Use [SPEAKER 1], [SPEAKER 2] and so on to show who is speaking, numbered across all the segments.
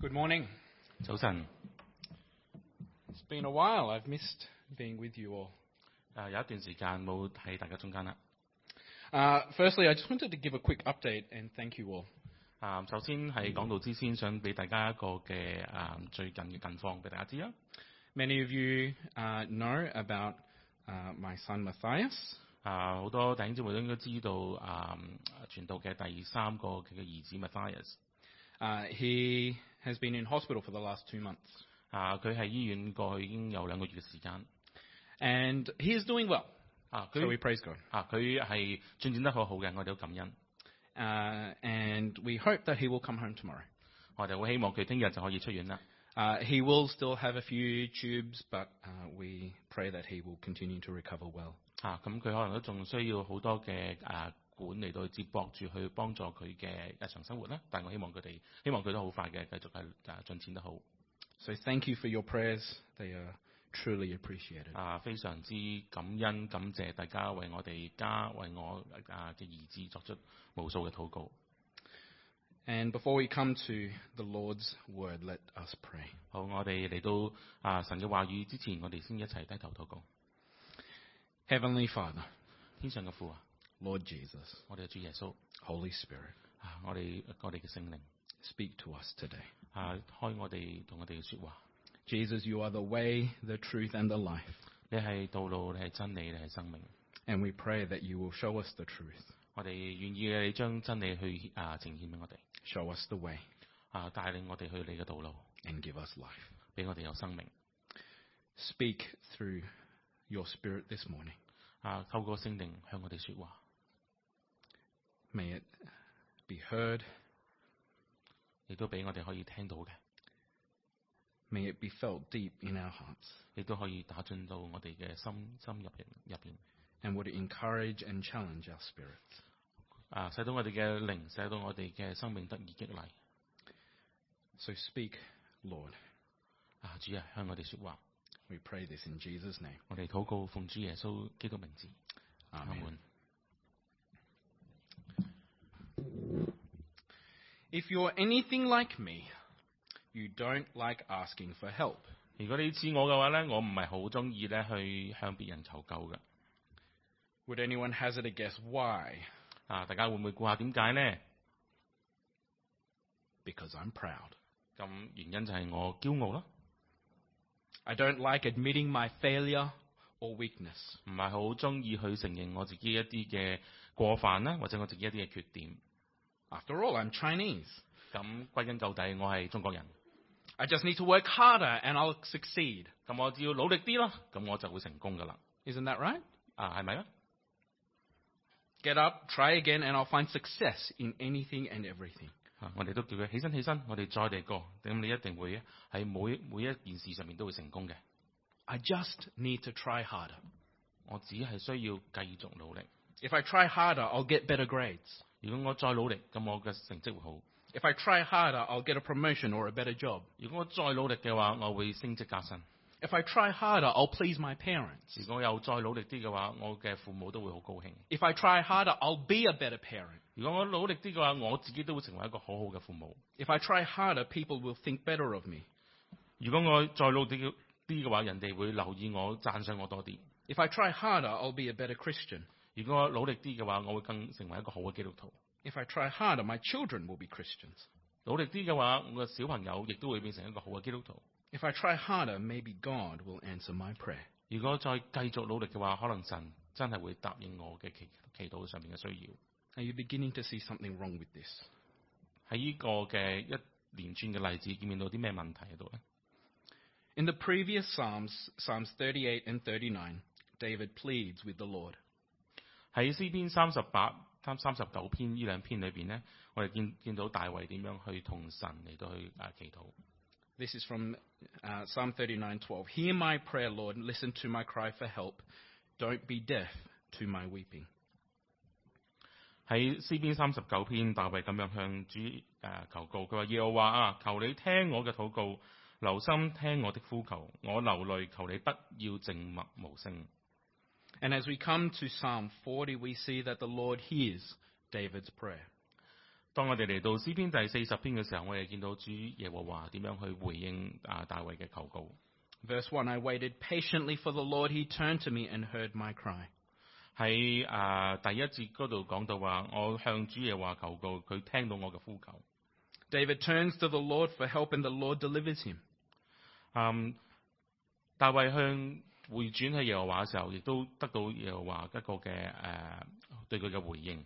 [SPEAKER 1] Good morning.
[SPEAKER 2] 早晨，
[SPEAKER 1] It's been a while. I've missed being with you all.
[SPEAKER 2] 誒、啊有一段時間冇喺大家中間啦。
[SPEAKER 1] Uh, firstly, I just wanted to give a quick update and thank you all.
[SPEAKER 2] 啊、首先喺講道之先，想俾大家一個嘅啊、最近嘅近況俾大家知啦。
[SPEAKER 1] Many of you uh, know about uh, my son Matthias.
[SPEAKER 2] 啊、好多弟兄姊妹都應該知道啊、傳道嘅第三個佢嘅兒子 Matthias，
[SPEAKER 1] Uh, he has been in hospital for the last two months,
[SPEAKER 2] 啊、佢喺醫院過去已經有兩個月嘅時間。
[SPEAKER 1] and he is doing well.
[SPEAKER 2] 啊、
[SPEAKER 1] So we
[SPEAKER 2] 佢
[SPEAKER 1] praise God,
[SPEAKER 2] 啊，佢係進展得好好嘅，我哋都感恩。
[SPEAKER 1] uh, and we hope that he will come home tomorrow.
[SPEAKER 2] 我哋好希望佢聽日就可以出院啦。
[SPEAKER 1] Uh, he will still have a few tubes, but uh, we pray that he will continue to recover well.
[SPEAKER 2] 啊，咁佢可能都仲需要好多嘅啊管嚟到接駁住去幫助佢嘅日常生活啦。但我希望佢哋，希望佢都好快嘅繼續係啊進展得好。
[SPEAKER 1] So thank you for your prayers; they are truly appreciated.
[SPEAKER 2] 啊，非常之感恩感謝大家為我哋家為我啊嘅兒子作出無數嘅禱告。
[SPEAKER 1] And before we come to the Lord's word, let us pray.
[SPEAKER 2] 好，我哋嚟到啊神嘅話語之前，我哋先一齊低頭禱告。
[SPEAKER 1] Heavenly Father,
[SPEAKER 2] 天上嘅父啊，
[SPEAKER 1] Lord Jesus,
[SPEAKER 2] 我哋嘅主耶穌
[SPEAKER 1] Holy Spirit,
[SPEAKER 2] 啊，我哋我哋嘅聖靈
[SPEAKER 1] speak to us today.
[SPEAKER 2] 啊，開我哋同我哋嘅説話。
[SPEAKER 1] Jesus, you are the way, the truth, and the life.
[SPEAKER 2] 你係道路，你係真理，你係生命。
[SPEAKER 1] And we pray that you will show us the truth,
[SPEAKER 2] 我哋願意你將真理去啊呈現俾我哋，
[SPEAKER 1] show us the way,
[SPEAKER 2] 啊帶領我哋去你嘅道路，
[SPEAKER 1] and give us life.
[SPEAKER 2] 俾我哋有生命。
[SPEAKER 1] Speak through your Spirit this morning.
[SPEAKER 2] 啊，透過聖靈向我哋說話，
[SPEAKER 1] May it be heard,
[SPEAKER 2] 亦都俾我哋可以聽到嘅，
[SPEAKER 1] may it be felt deep in our hearts,
[SPEAKER 2] 亦都可以打進到我哋嘅心心入邊入邊。
[SPEAKER 1] and would encourage and challenge our spirits.
[SPEAKER 2] 啊，使到我哋嘅靈，使到我哋嘅生命得以激勵。
[SPEAKER 1] So speak, Lord.
[SPEAKER 2] 啊，主啊，向我哋說話，
[SPEAKER 1] We pray this in Jesus' name.
[SPEAKER 2] 我哋禱告奉主耶穌基督名字，阿
[SPEAKER 1] Amen.
[SPEAKER 2] 門。
[SPEAKER 1] If you're anything like me, you don't like asking for help.
[SPEAKER 2] 如果你似我嘅話咧，我唔係好中意咧去向別人求救嘅。
[SPEAKER 1] Would anyone hazard a guess why?
[SPEAKER 2] 啊，大家會唔會估下點解咧？
[SPEAKER 1] Because I'm proud.
[SPEAKER 2] 咁原因就係我驕傲啦。
[SPEAKER 1] I don't like admitting my failure or weakness.
[SPEAKER 2] 唔係好中意去承認我自己一啲嘅過犯啦，或者我自己一啲嘅缺點。
[SPEAKER 1] After all, I'm Chinese.
[SPEAKER 2] 咁歸根究底，我係中國人，
[SPEAKER 1] I just need to work harder and I'll succeed.
[SPEAKER 2] 咁我只要努力啲啦，咁我就會成功噶啦。
[SPEAKER 1] Isn't that right?
[SPEAKER 2] 啊，係咪啊？
[SPEAKER 1] Get up, try again, and I'll find success in anything and everything.
[SPEAKER 2] 啊我哋都叫佢起身起身，我哋再嚟過，咁你一定會喺每每一件事上面都會成功嘅。
[SPEAKER 1] I just need to try harder.
[SPEAKER 2] 我只係需要繼續努力。
[SPEAKER 1] If I try harder, I'll get better grades.
[SPEAKER 2] 如果我再努力，咁我嘅成績會好。
[SPEAKER 1] If I try harder, I'll get a promotion or a better job.
[SPEAKER 2] 如果我再努力嘅話，我會升職加薪。
[SPEAKER 1] If I try harder, I'll please my parents.
[SPEAKER 2] 如果我又再努力啲嘅話，我嘅父母都會好高興。
[SPEAKER 1] If I try harder, I'll be a better parent.
[SPEAKER 2] 如果我努力啲嘅話，我自己都會成為一個好好嘅父母。
[SPEAKER 1] If I try harder, people will think better of me.
[SPEAKER 2] 如果我再努力啲嘅話，人哋會留意我、讚賞我多啲。
[SPEAKER 1] If I try harder, I'll be a better Christian.
[SPEAKER 2] 如果我努力啲嘅話，我會更成為一個好嘅基督徒。
[SPEAKER 1] If I try harder, my children will be Christians.
[SPEAKER 2] 努力啲嘅話，我嘅小朋友亦都會變成一個好嘅基督徒。
[SPEAKER 1] If I try harder, maybe God will answer my prayer.
[SPEAKER 2] 如果再繼續努力嘅話，可能神真係會答應我嘅祈祈禱上面嘅需要。
[SPEAKER 1] Are you beginning to see something wrong with this?
[SPEAKER 2] 喺呢個嘅一連串嘅例子，見唔見到啲咩問題喺度呢？
[SPEAKER 1] In the previous Psalms, Psalms 38 and 39, David pleads with the Lord.
[SPEAKER 2] 喺詩篇三十八、三三十九篇呢兩篇裏邊呢，我哋見見到大衛點樣去同神嚟到去啊祈禱。
[SPEAKER 1] This is from uh, Psalm 39:12. Hear my prayer, Lord, and listen to my cry for help. Don't be deaf to my weeping.
[SPEAKER 2] 喺詩篇三十九篇，大衛咁樣向主誒、呃求告，佢話：耶和華啊，求你聽我嘅禱告，留心聽我的呼求，我流淚，求你不要靜默無聲。
[SPEAKER 1] And as we come to Psalm 40, we see that the Lord hears David's prayer.
[SPEAKER 2] 當我哋嚟到詩篇第四十篇嘅時候，我哋見到主耶和華點樣去回應啊大衛嘅求告。
[SPEAKER 1] Verse 1 I waited patiently for the Lord. He turned to me and heard my cry.
[SPEAKER 2] 喺啊第一節嗰度講到話，我向主耶和華求告，佢聽到我嘅呼求。
[SPEAKER 1] David turns to the Lord for help, and the Lord delivers him.
[SPEAKER 2] 嗯，大衛向回轉去耶和華嘅時候，亦都得到耶和華一個嘅誒、呃對佢嘅回應。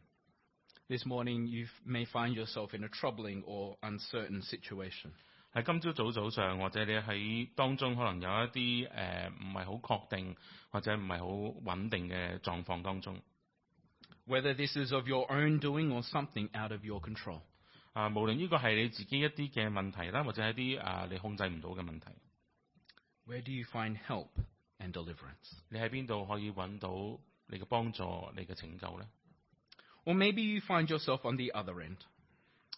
[SPEAKER 1] This morning, you f- may find yourself in a troubling or uncertain situation.
[SPEAKER 2] 喺今朝早早上，或者你喺當中可能有一啲誒唔係好確定或者唔係好穩定嘅狀況當中。
[SPEAKER 1] Whether this is of your own doing or something out of your control,
[SPEAKER 2] 啊，無論呢個係你自己一啲嘅問題啦，或者係一啲啊你控制唔到嘅問題，
[SPEAKER 1] where do you find help and deliverance?
[SPEAKER 2] 你喺邊度可以揾到你嘅幫助、你嘅拯救呢？
[SPEAKER 1] Or maybe you find yourself on the other end,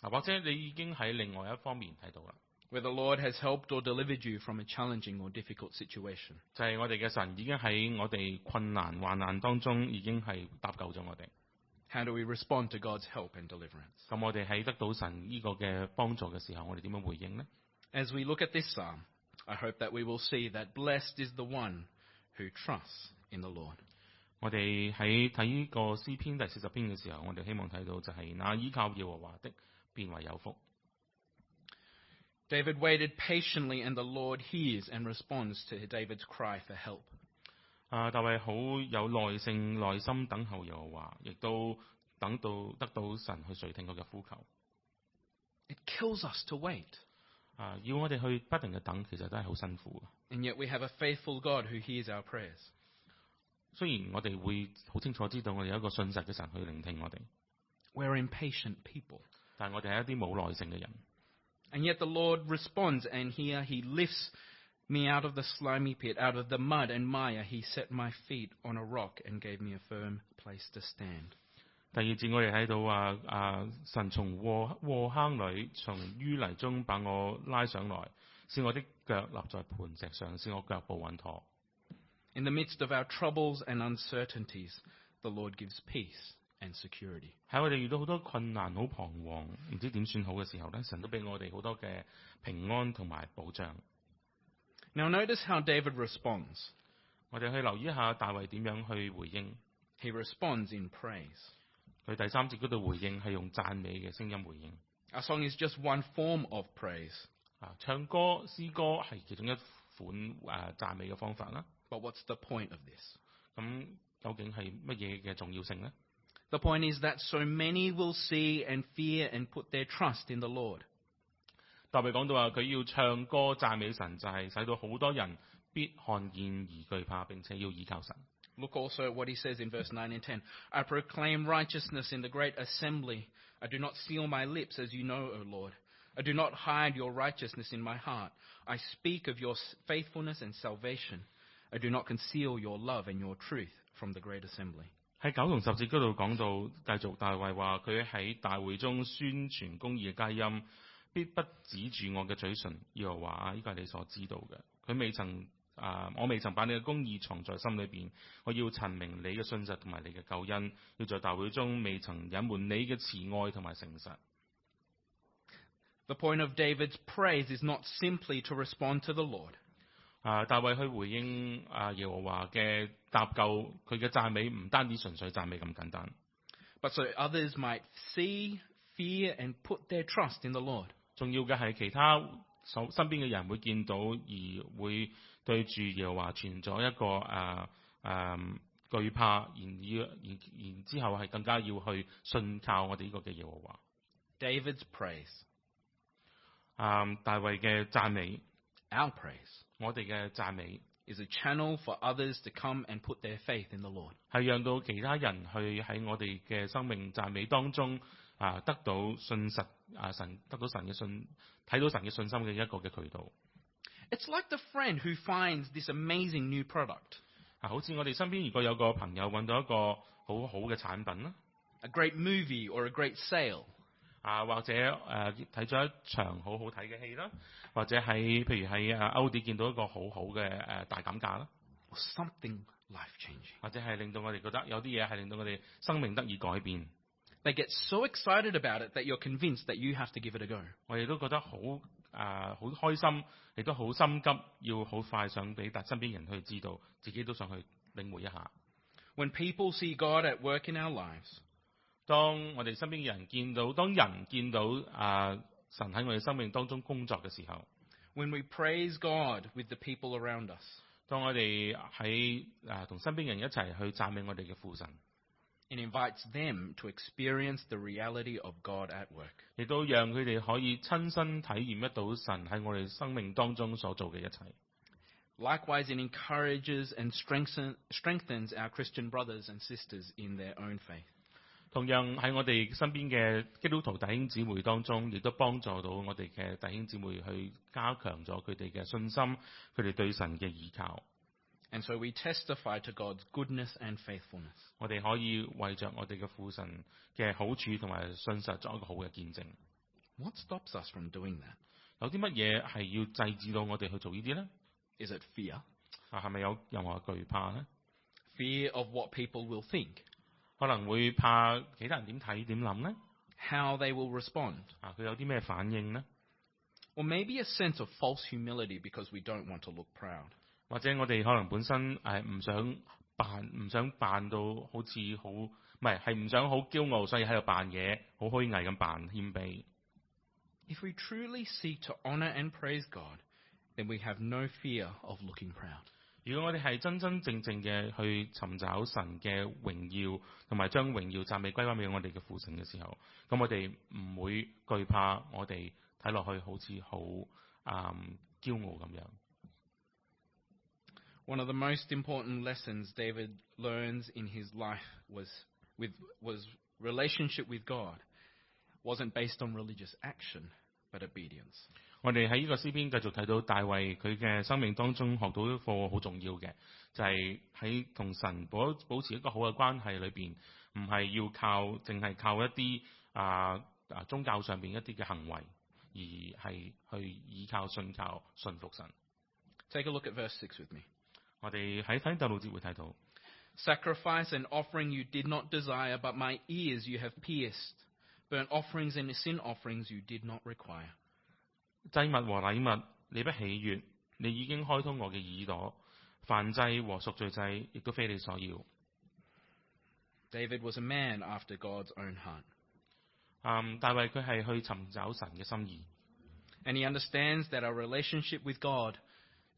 [SPEAKER 2] 啊，或者你已經喺另外一方面睇到啦，
[SPEAKER 1] where the Lord has helped or delivered you from a challenging or difficult situation.
[SPEAKER 2] 就係、我哋嘅神已經喺我哋困難患難當中已經係搭救咗我哋。
[SPEAKER 1] How do we respond to God's help and deliverance?
[SPEAKER 2] 咁我哋喺得到神呢個嘅幫助嘅時候，我哋點樣回應呢？
[SPEAKER 1] As we look at this psalm, I hope that we will see that blessed is the one who trusts in the Lord.
[SPEAKER 2] 我哋喺睇呢個詩篇第四十篇嘅時候，我哋希望睇到就係那依靠耶和華的，變為有福。
[SPEAKER 1] David waited patiently, and the Lord hears and responds to David's cry for help.
[SPEAKER 2] 啊，大衛好有耐性、耐心等候耶和華，亦都等到得到神去垂聽佢嘅呼求。
[SPEAKER 1] It kills us to wait,
[SPEAKER 2] 啊，要我哋去不停嘅等，其實都係好辛苦嘅。
[SPEAKER 1] and yet we have a faithful God who hears our prayers.
[SPEAKER 2] 雖然我哋會好清楚知道我哋有一個信實嘅神去聆聽我哋，
[SPEAKER 1] We're impatient people.
[SPEAKER 2] 但係我哋係一啲冇耐性嘅人。
[SPEAKER 1] And yet the Lord responds, and here he lifts me out of the slimy pit, out of the mud and mire. He set my feet on a rock and gave me a firm place to stand.
[SPEAKER 2] 第二節我哋睇到話啊，神從禍禍坑裏，從淤泥中把我拉上來，使我的腳立在磐石上，使我腳步穩妥。
[SPEAKER 1] In the midst of our troubles and uncertainties, the Lord gives peace and security.
[SPEAKER 2] 喺我哋遇到好多困難、好彷徨，唔知點算好嘅時候咧，神都俾我哋好多嘅平安同埋保障。
[SPEAKER 1] Now, notice how David responds.
[SPEAKER 2] 我哋去留意一下大衛點樣去回應。
[SPEAKER 1] He responds in praise.
[SPEAKER 2] 佢第三節嗰度回應係用讚美嘅聲音回應。
[SPEAKER 1] Our song is just one form of praise,
[SPEAKER 2] 啊，唱歌、詩歌係其中一款啊讚美嘅方法啦。
[SPEAKER 1] but what's the point of this?
[SPEAKER 2] 咁究竟係乜嘢嘅重要性呢？
[SPEAKER 1] The point is that so many will see and fear and put their trust in the Lord.
[SPEAKER 2] 特別講到話，佢要唱歌讚美神，就係、使到好多人必看見而懼怕，並且要倚靠神。
[SPEAKER 1] Look also at what he says in verse 9 and 10. I proclaim righteousness in the great assembly. I do not seal my lips, as you know, O Lord. I do not hide your righteousness in my heart. I speak of your s- faithfulness and salvation. I do not conceal your love and your truth from the great assembly.
[SPEAKER 2] 喺九同十節嗰度講到，繼續大衛話佢喺大會中宣傳公義嘅佳音，必不止住我嘅嘴唇。耶和華啊，呢個係你所知道嘅。佢未曾啊、我未曾把你嘅公義藏在心裏邊。我要陳明你嘅信實同埋你嘅救恩，要在大會中未曾隱瞞你嘅慈愛同埋誠實。
[SPEAKER 1] The point of David's praise is not simply to respond to the Lord.
[SPEAKER 2] 啊，大衛去回應啊耶和華嘅搭救，佢嘅讚美唔單止純粹讚美咁簡單，
[SPEAKER 1] but so others might see, fear, and put their trust in the Lord.
[SPEAKER 2] 重要嘅係其他手身邊嘅人會見到而會對住耶和華存咗一個啊啊懼怕，然要然然之後係更加要去信靠我哋呢個嘅耶和華。
[SPEAKER 1] David's praise,
[SPEAKER 2] 啊，大衛嘅讚美，
[SPEAKER 1] our praise,
[SPEAKER 2] 我哋嘅讚美
[SPEAKER 1] is a channel for others to come and put their faith in the Lord.
[SPEAKER 2] 係讓到其他人去喺我哋嘅生命讚美當中啊，得到信實啊神，得到神嘅信，睇到神嘅信心嘅一個嘅渠道。
[SPEAKER 1] It's like the friend who finds this amazing new product,
[SPEAKER 2] 啊，好似我哋身邊如果有個朋友揾到一個好好嘅產品啦，
[SPEAKER 1] a great movie or a great sale.
[SPEAKER 2] 啊或者誒睇咗一場好好睇嘅戲啦，或者喺譬如喺啊歐迪見到一個好好嘅誒、呃大減價啦，
[SPEAKER 1] or something life changing.
[SPEAKER 2] 或者係令到我哋覺得有啲嘢係令到我哋生命得以改變。
[SPEAKER 1] They get so excited about it that you're convinced that you have to give it a go.
[SPEAKER 2] 我亦都覺得好啊，好、開心，亦都好心急，要好快想俾但身邊人去知道，自己都想去領會一下。
[SPEAKER 1] When people see God at work in our lives,
[SPEAKER 2] 當我哋身邊嘅人見到，當人見到啊神喺我哋生命當中工作嘅時候，
[SPEAKER 1] when we praise God with the people around us,
[SPEAKER 2] 當我哋喺啊同身邊人一齊去讚美我哋嘅父神，
[SPEAKER 1] it invites them to experience the reality of God at work.
[SPEAKER 2] 亦都讓佢哋可以親身體驗得到神喺我哋生命當中所做嘅一切。
[SPEAKER 1] Likewise, it encourages and strengthen, strengthens our Christian brothers and sisters in their own faith.
[SPEAKER 2] 同樣喺我哋身邊嘅基督徒弟兄姊妹當中，亦都幫助到我哋嘅弟兄姊妹去加強咗佢哋嘅信心，佢哋對神嘅倚靠。
[SPEAKER 1] And so we testify to God's goodness and faithfulness.
[SPEAKER 2] 我哋可以為着我哋嘅父神嘅好處同埋信實作一個好嘅見證。
[SPEAKER 1] What stops us from doing that?
[SPEAKER 2] 有啲乜嘢係要制止到我哋去做呢啲呢？
[SPEAKER 1] Is it fear?
[SPEAKER 2] 啊，係咪有任何懼怕呢？
[SPEAKER 1] Fear of what people will think,
[SPEAKER 2] 可能會怕其他人點睇點諗呢？
[SPEAKER 1] how they will respond,
[SPEAKER 2] 啊，佢有啲咩反應呢？
[SPEAKER 1] or maybe a sense of false humility because we don't want to look proud.
[SPEAKER 2] 或者我哋可能本身誒唔想扮，唔想扮到好似好，唔係係唔想好驕傲，所以喺度扮嘢，好虛偽咁扮謙卑。
[SPEAKER 1] If we truly seek to honor and praise God, then we have no fear of looking proud.
[SPEAKER 2] 如果我哋係真真正正嘅去尋找神嘅榮耀，同埋將榮耀讚美歸翻俾我哋嘅父神嘅時候，咁我哋唔會懼怕我哋睇落去好似好啊驕傲咁樣。
[SPEAKER 1] One of the most important lessons David learns in his life was, with, was relationship with God wasn't based on religious action, but obedience.
[SPEAKER 2] 我哋喺呢個詩篇繼續睇到大衛佢嘅生命當中學到一課好重要嘅，就係喺同神保保持一個好嘅關係裏邊，唔係要靠淨係靠一啲啊啊宗教上邊一啲嘅行為，而係去依靠信靠信服神。
[SPEAKER 1] Take a look at verse 6 with me.
[SPEAKER 2] 我哋喺睇第六節會睇到，
[SPEAKER 1] Sacrifice and offering you did not desire, but my ears you have pierced. Burnt offerings and sin offerings you did not require.
[SPEAKER 2] 祭物和禮物你不喜悅，你已經開通我嘅耳朵，燔祭和贖罪祭亦都非你所要。
[SPEAKER 1] David was a man after God's own heart,
[SPEAKER 2] 啊、大衛佢係去尋找神嘅心意。
[SPEAKER 1] and he understands that our relationship with God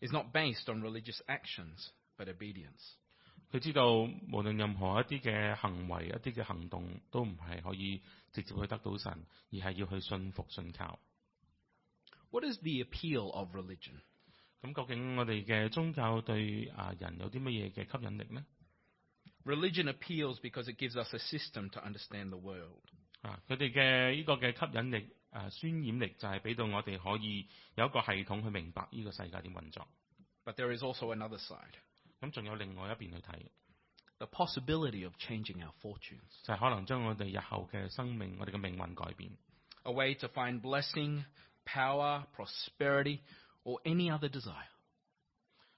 [SPEAKER 1] is not based on religious actions, but obedience.
[SPEAKER 2] 佢知道無論任何一啲嘅行為、一啲嘅行動，都唔係可以直接去得到神，而係要去信服信靠。
[SPEAKER 1] What is the appeal of religion?
[SPEAKER 2] 咁究竟我哋嘅宗教對啊人有啲乜嘢嘅吸引力呢？
[SPEAKER 1] Religion appeals because it gives us a system to understand the world.
[SPEAKER 2] 啊，佢哋嘅呢個嘅吸引力、啊渲染力，就係俾到我哋可以有一個系統去明白呢個世界點運作。
[SPEAKER 1] But there is also another side
[SPEAKER 2] 咁仲有另外一邊去睇，
[SPEAKER 1] the possibility of changing our fortunes.
[SPEAKER 2] 就係、可能將我哋日後嘅生命、我哋嘅命運改變。
[SPEAKER 1] a way to find blessing, power, prosperity, or any other desire.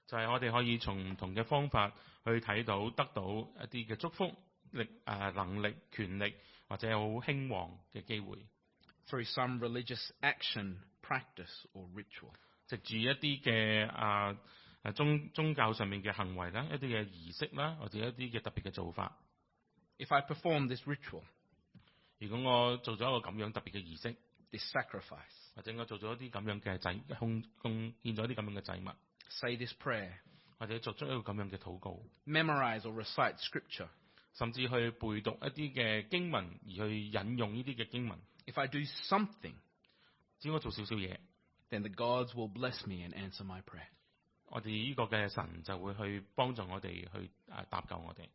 [SPEAKER 2] 就係我哋可以從唔同嘅方法去睇到得到一啲嘅祝福力、啊能力、權力或者好興旺嘅機會，
[SPEAKER 1] Through some religious action, practice, or ritual.
[SPEAKER 2] 藉住一啲嘅啊啊宗宗教上面嘅行為啦，一啲嘅儀式啦，或者一啲嘅特別嘅做法。
[SPEAKER 1] If I perform this ritual,
[SPEAKER 2] 如果我做咗一個咁樣特別嘅儀式，
[SPEAKER 1] this sacrifice,
[SPEAKER 2] 或者我做咗一啲咁樣嘅祭空供獻咗一啲咁樣嘅祭物，
[SPEAKER 1] say this prayer,
[SPEAKER 2] 或者作出一個咁樣嘅禱告，
[SPEAKER 1] memorize or recite scripture,
[SPEAKER 2] 甚至去背讀一啲嘅經文而去引用呢啲嘅經文，
[SPEAKER 1] if I do something,
[SPEAKER 2] 只我做少少嘢。
[SPEAKER 1] then the gods will bless me and answer my prayer.
[SPEAKER 2] 我哋呢個嘅神就會去幫助我哋去啊搭救我哋。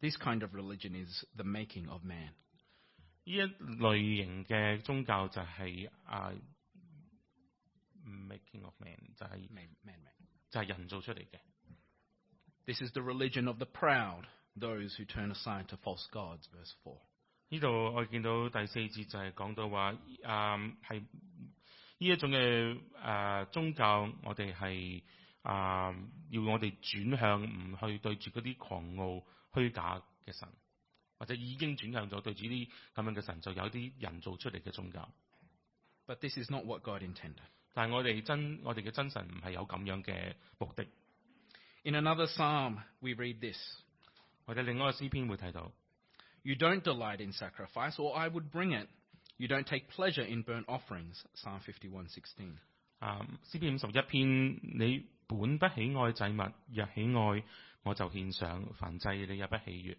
[SPEAKER 1] This kind of religion is the making of man.
[SPEAKER 2] 呢一類型嘅宗教就係、啊 making of man 就係、
[SPEAKER 1] Man, man, man.
[SPEAKER 2] 就係人做出嚟嘅。
[SPEAKER 1] This is the religion of the proud, those who turn aside to false gods, verse 4.
[SPEAKER 2] 呢度我見到第四節就係講到話啊係呢一種嘅啊宗教，我哋係啊要我哋轉向唔去對住嗰啲狂傲虛假嘅神，或者已經轉向咗對住呢咁樣嘅神，就有啲人造出嚟嘅宗教。
[SPEAKER 1] But this is not what God intended.
[SPEAKER 2] 但係我哋真我哋嘅真神唔係有咁樣嘅目的。
[SPEAKER 1] In another psalm, we read this
[SPEAKER 2] 我哋另外一個詩篇會睇到，
[SPEAKER 1] You don't delight in sacrifice, or I would bring it. You don't take pleasure in burnt offerings. Psalm 51:16.
[SPEAKER 2] 啊詩篇五十一篇，你本不喜愛祭物，若喜愛我就獻上，凡祭你也不喜悅。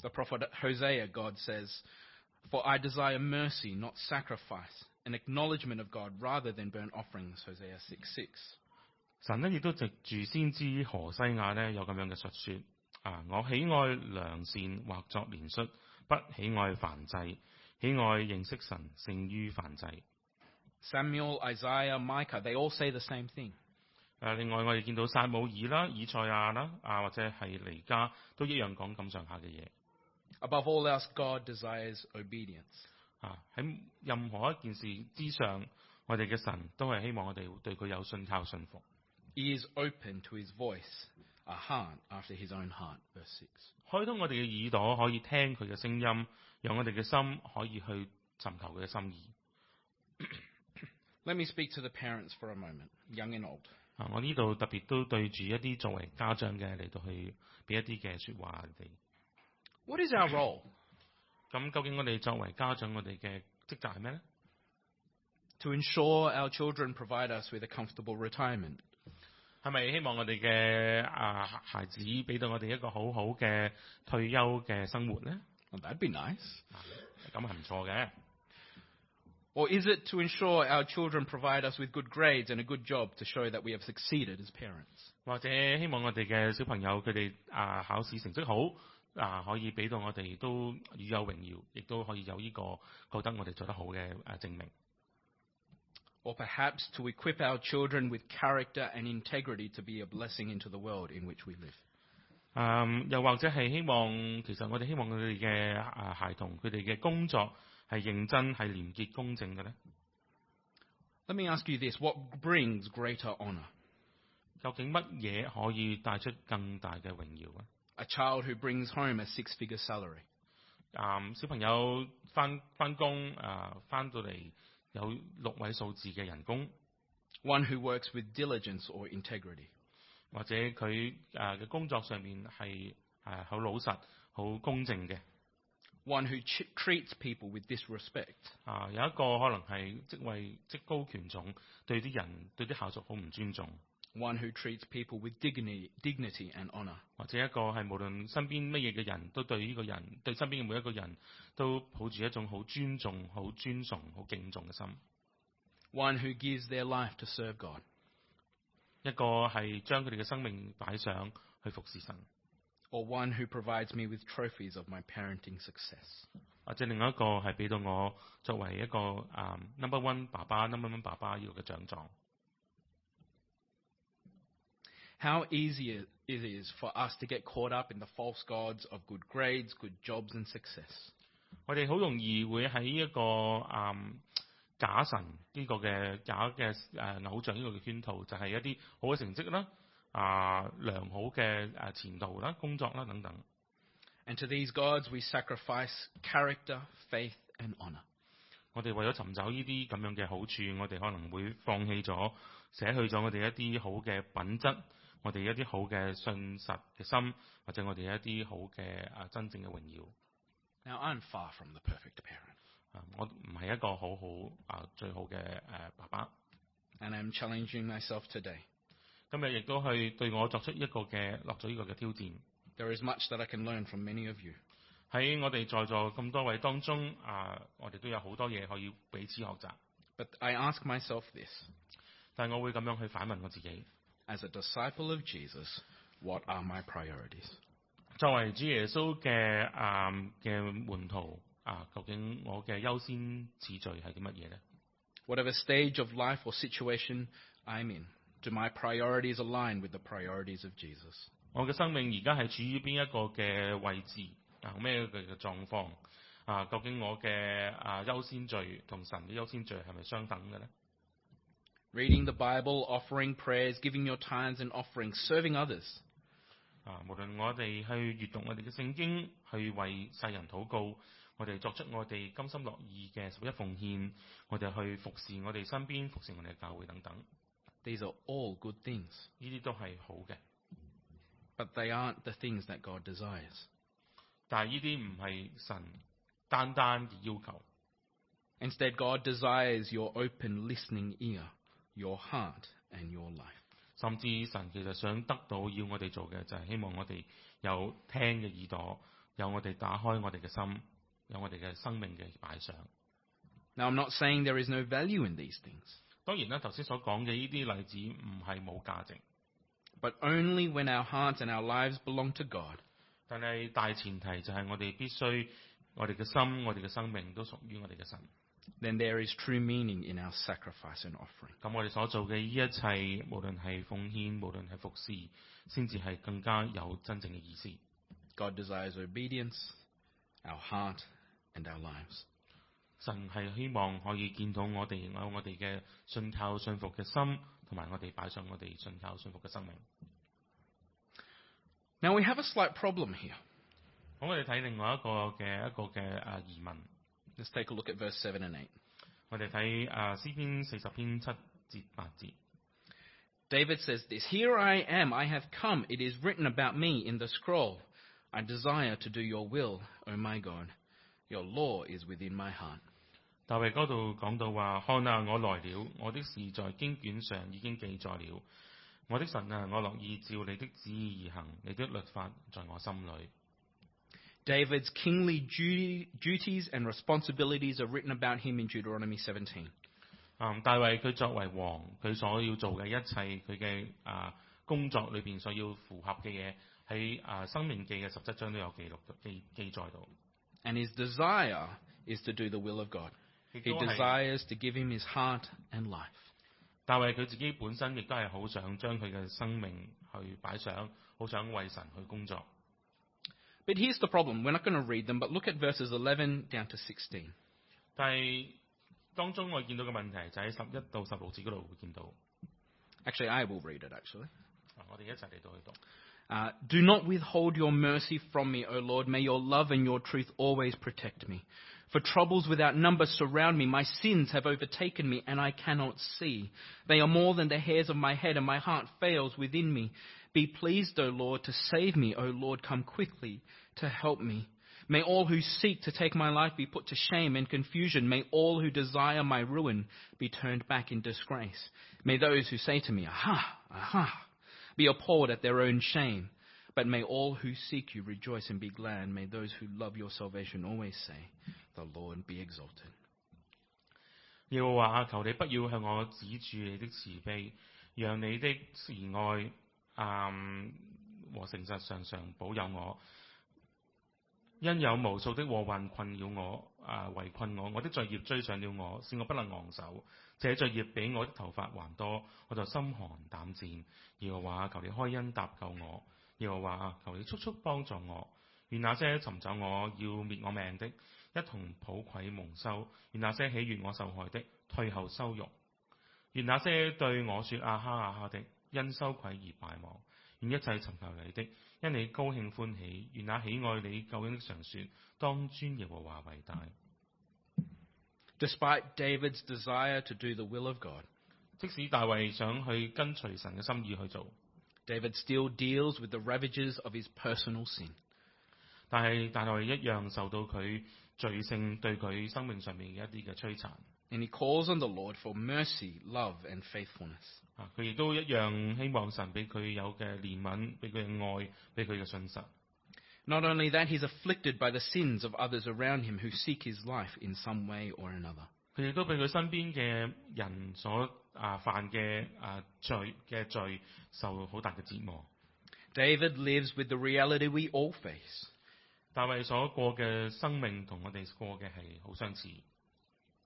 [SPEAKER 1] The prophet Hosea, God says, For I desire mercy, not sacrifice, an acknowledgement of God rather than burnt offerings. Hosea 6:6.
[SPEAKER 2] 神呢亦都藉住先知何西亞呢有咁樣嘅述說啊！我喜愛良善或作憐恤，不喜愛燔祭，喜愛認識神勝於燔祭。誒、
[SPEAKER 1] Samuel, Isaiah, Micah, they all say the same thing.
[SPEAKER 2] 啊另外我哋見到撒姆耳啦、以賽亞啦啊，或者係尼加都一樣講咁上下嘅嘢
[SPEAKER 1] Above all else, God desires obedience.
[SPEAKER 2] 啊！喺任何一件事之上，我哋嘅神都係希望我哋對佢有信靠信服，
[SPEAKER 1] Ears open to his voice, a heart after his own heart. Verse 6.
[SPEAKER 2] 開通我哋嘅耳朵可以聽佢嘅聲音，讓我哋嘅心可以去尋求佢嘅心意。
[SPEAKER 1] Let me speak to the parents for a moment, young and old.
[SPEAKER 2] 啊，我呢度特別都對住一啲作為家長嘅嚟到去俾一啲嘅説話你哋。
[SPEAKER 1] What is our role?
[SPEAKER 2] 咁究竟我哋作為家長，我哋嘅職責係咩呢？
[SPEAKER 1] To ensure our children provide us with a comfortable retirement,
[SPEAKER 2] 係咪希望我哋嘅啊孩子俾到我哋一個好好嘅退休嘅生活呢？
[SPEAKER 1] Well, that'd be nice.
[SPEAKER 2] 啊咁係唔錯嘅。
[SPEAKER 1] Or is it to ensure our children provide us with good grades and a good job to show that we have succeeded as parents?
[SPEAKER 2] 或者希望我哋嘅小朋友佢哋啊考試成績好啊，可以俾到我哋都與有榮耀，亦都可以有呢、個覺得我哋做得好嘅啊證明。
[SPEAKER 1] Or perhaps to equip our children with character and integrity to be a blessing into the world in which we live?
[SPEAKER 2] 啊、又或者係希望，其實我哋希望佢哋嘅啊孩童，佢哋嘅工作係認真、係廉潔、公正嘅咧。
[SPEAKER 1] Let me ask you this what brings greater honor?
[SPEAKER 2] 究竟乜嘢可以帶出更大嘅榮耀咧？
[SPEAKER 1] A child who brings home a six figure salary,
[SPEAKER 2] 啊、小朋友翻翻工啊，翻到嚟有六位數字嘅人工，
[SPEAKER 1] one who works with diligence or integrity,
[SPEAKER 2] 或者佢啊嘅工作上面係啊好老實、好公正嘅。
[SPEAKER 1] one who ch- treats people with disrespect,
[SPEAKER 2] 啊、有一個可能係職位職高權重，對啲人對啲下屬好唔尊重。
[SPEAKER 1] one who treats people with dignity, dignity and honor.
[SPEAKER 2] 或者一個係無論身邊乜嘢嘅人都對呢個人，對身邊嘅每一個人都抱住一種好尊重、好尊崇、好敬重嘅心。
[SPEAKER 1] one who gives their life to serve God.
[SPEAKER 2] 一個係將佢哋嘅生命擺上去服侍神，
[SPEAKER 1] or one who provides me with trophies of my parenting success.
[SPEAKER 2] 或者另外一個係俾到我作為一個啊、number one 爸爸 number one 爸爸要嘅獎狀。
[SPEAKER 1] How easy it is for us to get caught up in the false gods of good grades, good jobs, and success.
[SPEAKER 2] 我哋好容易會喺一個啊、假神呢個嘅假嘅誒、偶像呢個嘅圈套，就係、一啲好嘅成績啦、啊、良好嘅誒前途啦、工作啦等等。
[SPEAKER 1] And to these gods, we sacrifice character, faith, and honor.
[SPEAKER 2] 我哋為咗尋找呢啲咁樣嘅好處，我哋可能會放棄咗、捨去咗我哋一啲好嘅品質，我哋一啲好嘅信實嘅心，或者我哋一啲好嘅啊真正嘅榮耀
[SPEAKER 1] Now, I'm far from the perfect parent,
[SPEAKER 2] 啊！我唔係一個好好啊最好嘅誒、啊爸爸，
[SPEAKER 1] and I'm challenging myself today.
[SPEAKER 2] 今日亦都去對我作出一個嘅落咗呢個嘅挑戰。
[SPEAKER 1] There is much that I can learn from many of you.
[SPEAKER 2] 喺我哋在座咁多位當中啊，我哋都有好多嘢可以彼此學習，
[SPEAKER 1] But I ask myself this
[SPEAKER 2] 但係我會咁樣去反問我自己。
[SPEAKER 1] as a disciple of Jesus, what are my priorities?
[SPEAKER 2] 作為主耶穌嘅啊嘅門徒啊，究竟我嘅優先次序係啲乜嘢呢？
[SPEAKER 1] Whatever stage of life or situation I'm in, do my priorities align with the priorities of Jesus?
[SPEAKER 2] 我嘅生命而家係處於邊一個嘅位置啊？咩嘅嘅狀況啊？究竟我嘅啊優先序同神嘅優先序係咪相等嘅呢？
[SPEAKER 1] Reading the Bible, offering prayers, giving your tithes and offerings, serving others.
[SPEAKER 2] 啊，無論我哋去閱讀我哋嘅聖經，去為世人禱告，我哋作出我哋甘心樂意嘅十一奉獻，我哋去服侍我哋身邊、服侍我哋嘅教會等等，
[SPEAKER 1] These are all good things,
[SPEAKER 2] 呢啲都係好嘅。
[SPEAKER 1] but they aren't the things that God desires.
[SPEAKER 2] 但係呢啲唔係神單單嘅要求，
[SPEAKER 1] Instead, God desires your open listening ear, your heart, and your life.
[SPEAKER 2] 甚至神其實想得到要我哋做嘅就係希望我哋有聽嘅耳朵，有我哋打開我哋嘅心，有我哋嘅生命嘅擺上。
[SPEAKER 1] Now, I'm not saying there is no value in these things,
[SPEAKER 2] 當然啦，頭先所講嘅呢啲例子唔係冇價值，
[SPEAKER 1] but only when our hearts and our lives belong to God
[SPEAKER 2] 但係大前提就係我哋必須，我哋嘅心、我哋嘅生命都屬於我哋嘅神。
[SPEAKER 1] then there is true meaning in our sacrifice and offering.
[SPEAKER 2] 咁我哋所做嘅呢一切，無論係奉獻，無論係服侍，先至係更加有真正嘅意思。
[SPEAKER 1] God desires obedience, our heart, and our lives.
[SPEAKER 2] 神係希望可以見到我哋有我哋嘅信靠、信服嘅心，同埋我哋擺上我哋信靠、信服嘅生命。
[SPEAKER 1] Now, we have a slight problem here.
[SPEAKER 2] 好，我哋睇另外一個嘅一個嘅啊疑問，
[SPEAKER 1] Let's take a look at verse 7 and 8.
[SPEAKER 2] 我哋睇啊詩篇四十篇七節八節。
[SPEAKER 1] David says this Here I am, I have come. It is written about me in the scroll. I desire to do your will, O my God. Your law is within my heart.
[SPEAKER 2] 大衛嗰度講到話：看啊，我來了，我的事在經卷上已經記載了。我的神啊，我樂意照你的旨意而行，你的律法在我心裏。
[SPEAKER 1] David's kingly duty, duties and responsibilities are written about him in Deuteronomy 17.
[SPEAKER 2] 啊、大衛佢作為王，佢所要做嘅一切，佢嘅啊工作裏邊所要符合嘅嘢，喺啊《生命記》嘅十七章都有記錄記記載到。
[SPEAKER 1] And his desire is to do the will of God.
[SPEAKER 2] 亦
[SPEAKER 1] He
[SPEAKER 2] 都係
[SPEAKER 1] desires to give him his heart and life.
[SPEAKER 2] 大衛佢自己本身亦都係好想將佢嘅生命去擺上，好想為神去工作。
[SPEAKER 1] But here's the problem. We're not going to read them, but look at verses 11 down to 16.
[SPEAKER 2] 但係當中我見到嘅問題就喺十一到十六節嗰度會見到。
[SPEAKER 1] Actually, I will read it, actually.
[SPEAKER 2] 啊我哋一齊嚟到去讀。
[SPEAKER 1] Uh, do not withhold your mercy from me, O Lord. May your love and your truth always protect me. For troubles without number surround me. My sins have overtaken me, and I cannot see. They are more than the hairs of my head, and my heart fails within me. Be pleased, O Lord, to save me. O Lord, come quickly to help me. May all who seek to take my life be put to shame and confusion. May all who desire my ruin be turned back in disgrace. May those who say to me, Aha, aha, be appalled at their own shame. But may all who seek you rejoice and be glad. May those who love your salvation always say, The Lord be exalted.
[SPEAKER 2] 耶和華，求你不要向我指住你的慈悲，讓你的慈愛啊、嗯和誠實常常保佑我。因有無數的禍患困擾我，啊、圍困我，我的罪孽追上了我，使我不能昂首。這罪孽比我的頭髮還多，我就心寒膽戰。耶和華，求你開恩搭救我。耶和華，求你速速幫助我。願那些尋找我要滅我命的，一同抱愧蒙羞；願那些喜悅我受害的，退後羞辱；願那些對我說啊哈啊哈的，因羞愧而敗亡；願一切尋求你的，因你高興歡喜；願那喜愛你救恩的常說，當尊耶和華為大。
[SPEAKER 1] Despite David's desire to do the will of God,
[SPEAKER 2] 即使大衛想去跟隨神嘅心意去做，
[SPEAKER 1] David still deals with the ravages of his personal sin.
[SPEAKER 2] 但係大衛一樣受到佢罪性對佢生命上面嘅一啲嘅摧殘。
[SPEAKER 1] And he calls on the Lord for mercy, love, and faithfulness.
[SPEAKER 2] 啊！佢亦都一樣希望神俾佢有嘅憐憫，俾佢嘅愛，俾佢嘅信實。
[SPEAKER 1] Not only that, he's afflicted by the sins of others around him who seek his life in some way or another.
[SPEAKER 2] 佢亦都被佢身邊嘅人所啊犯嘅啊罪嘅罪受好大嘅折磨。
[SPEAKER 1] David lives with the reality we all face.
[SPEAKER 2] 大衛所過嘅生命同我哋過嘅係好相似。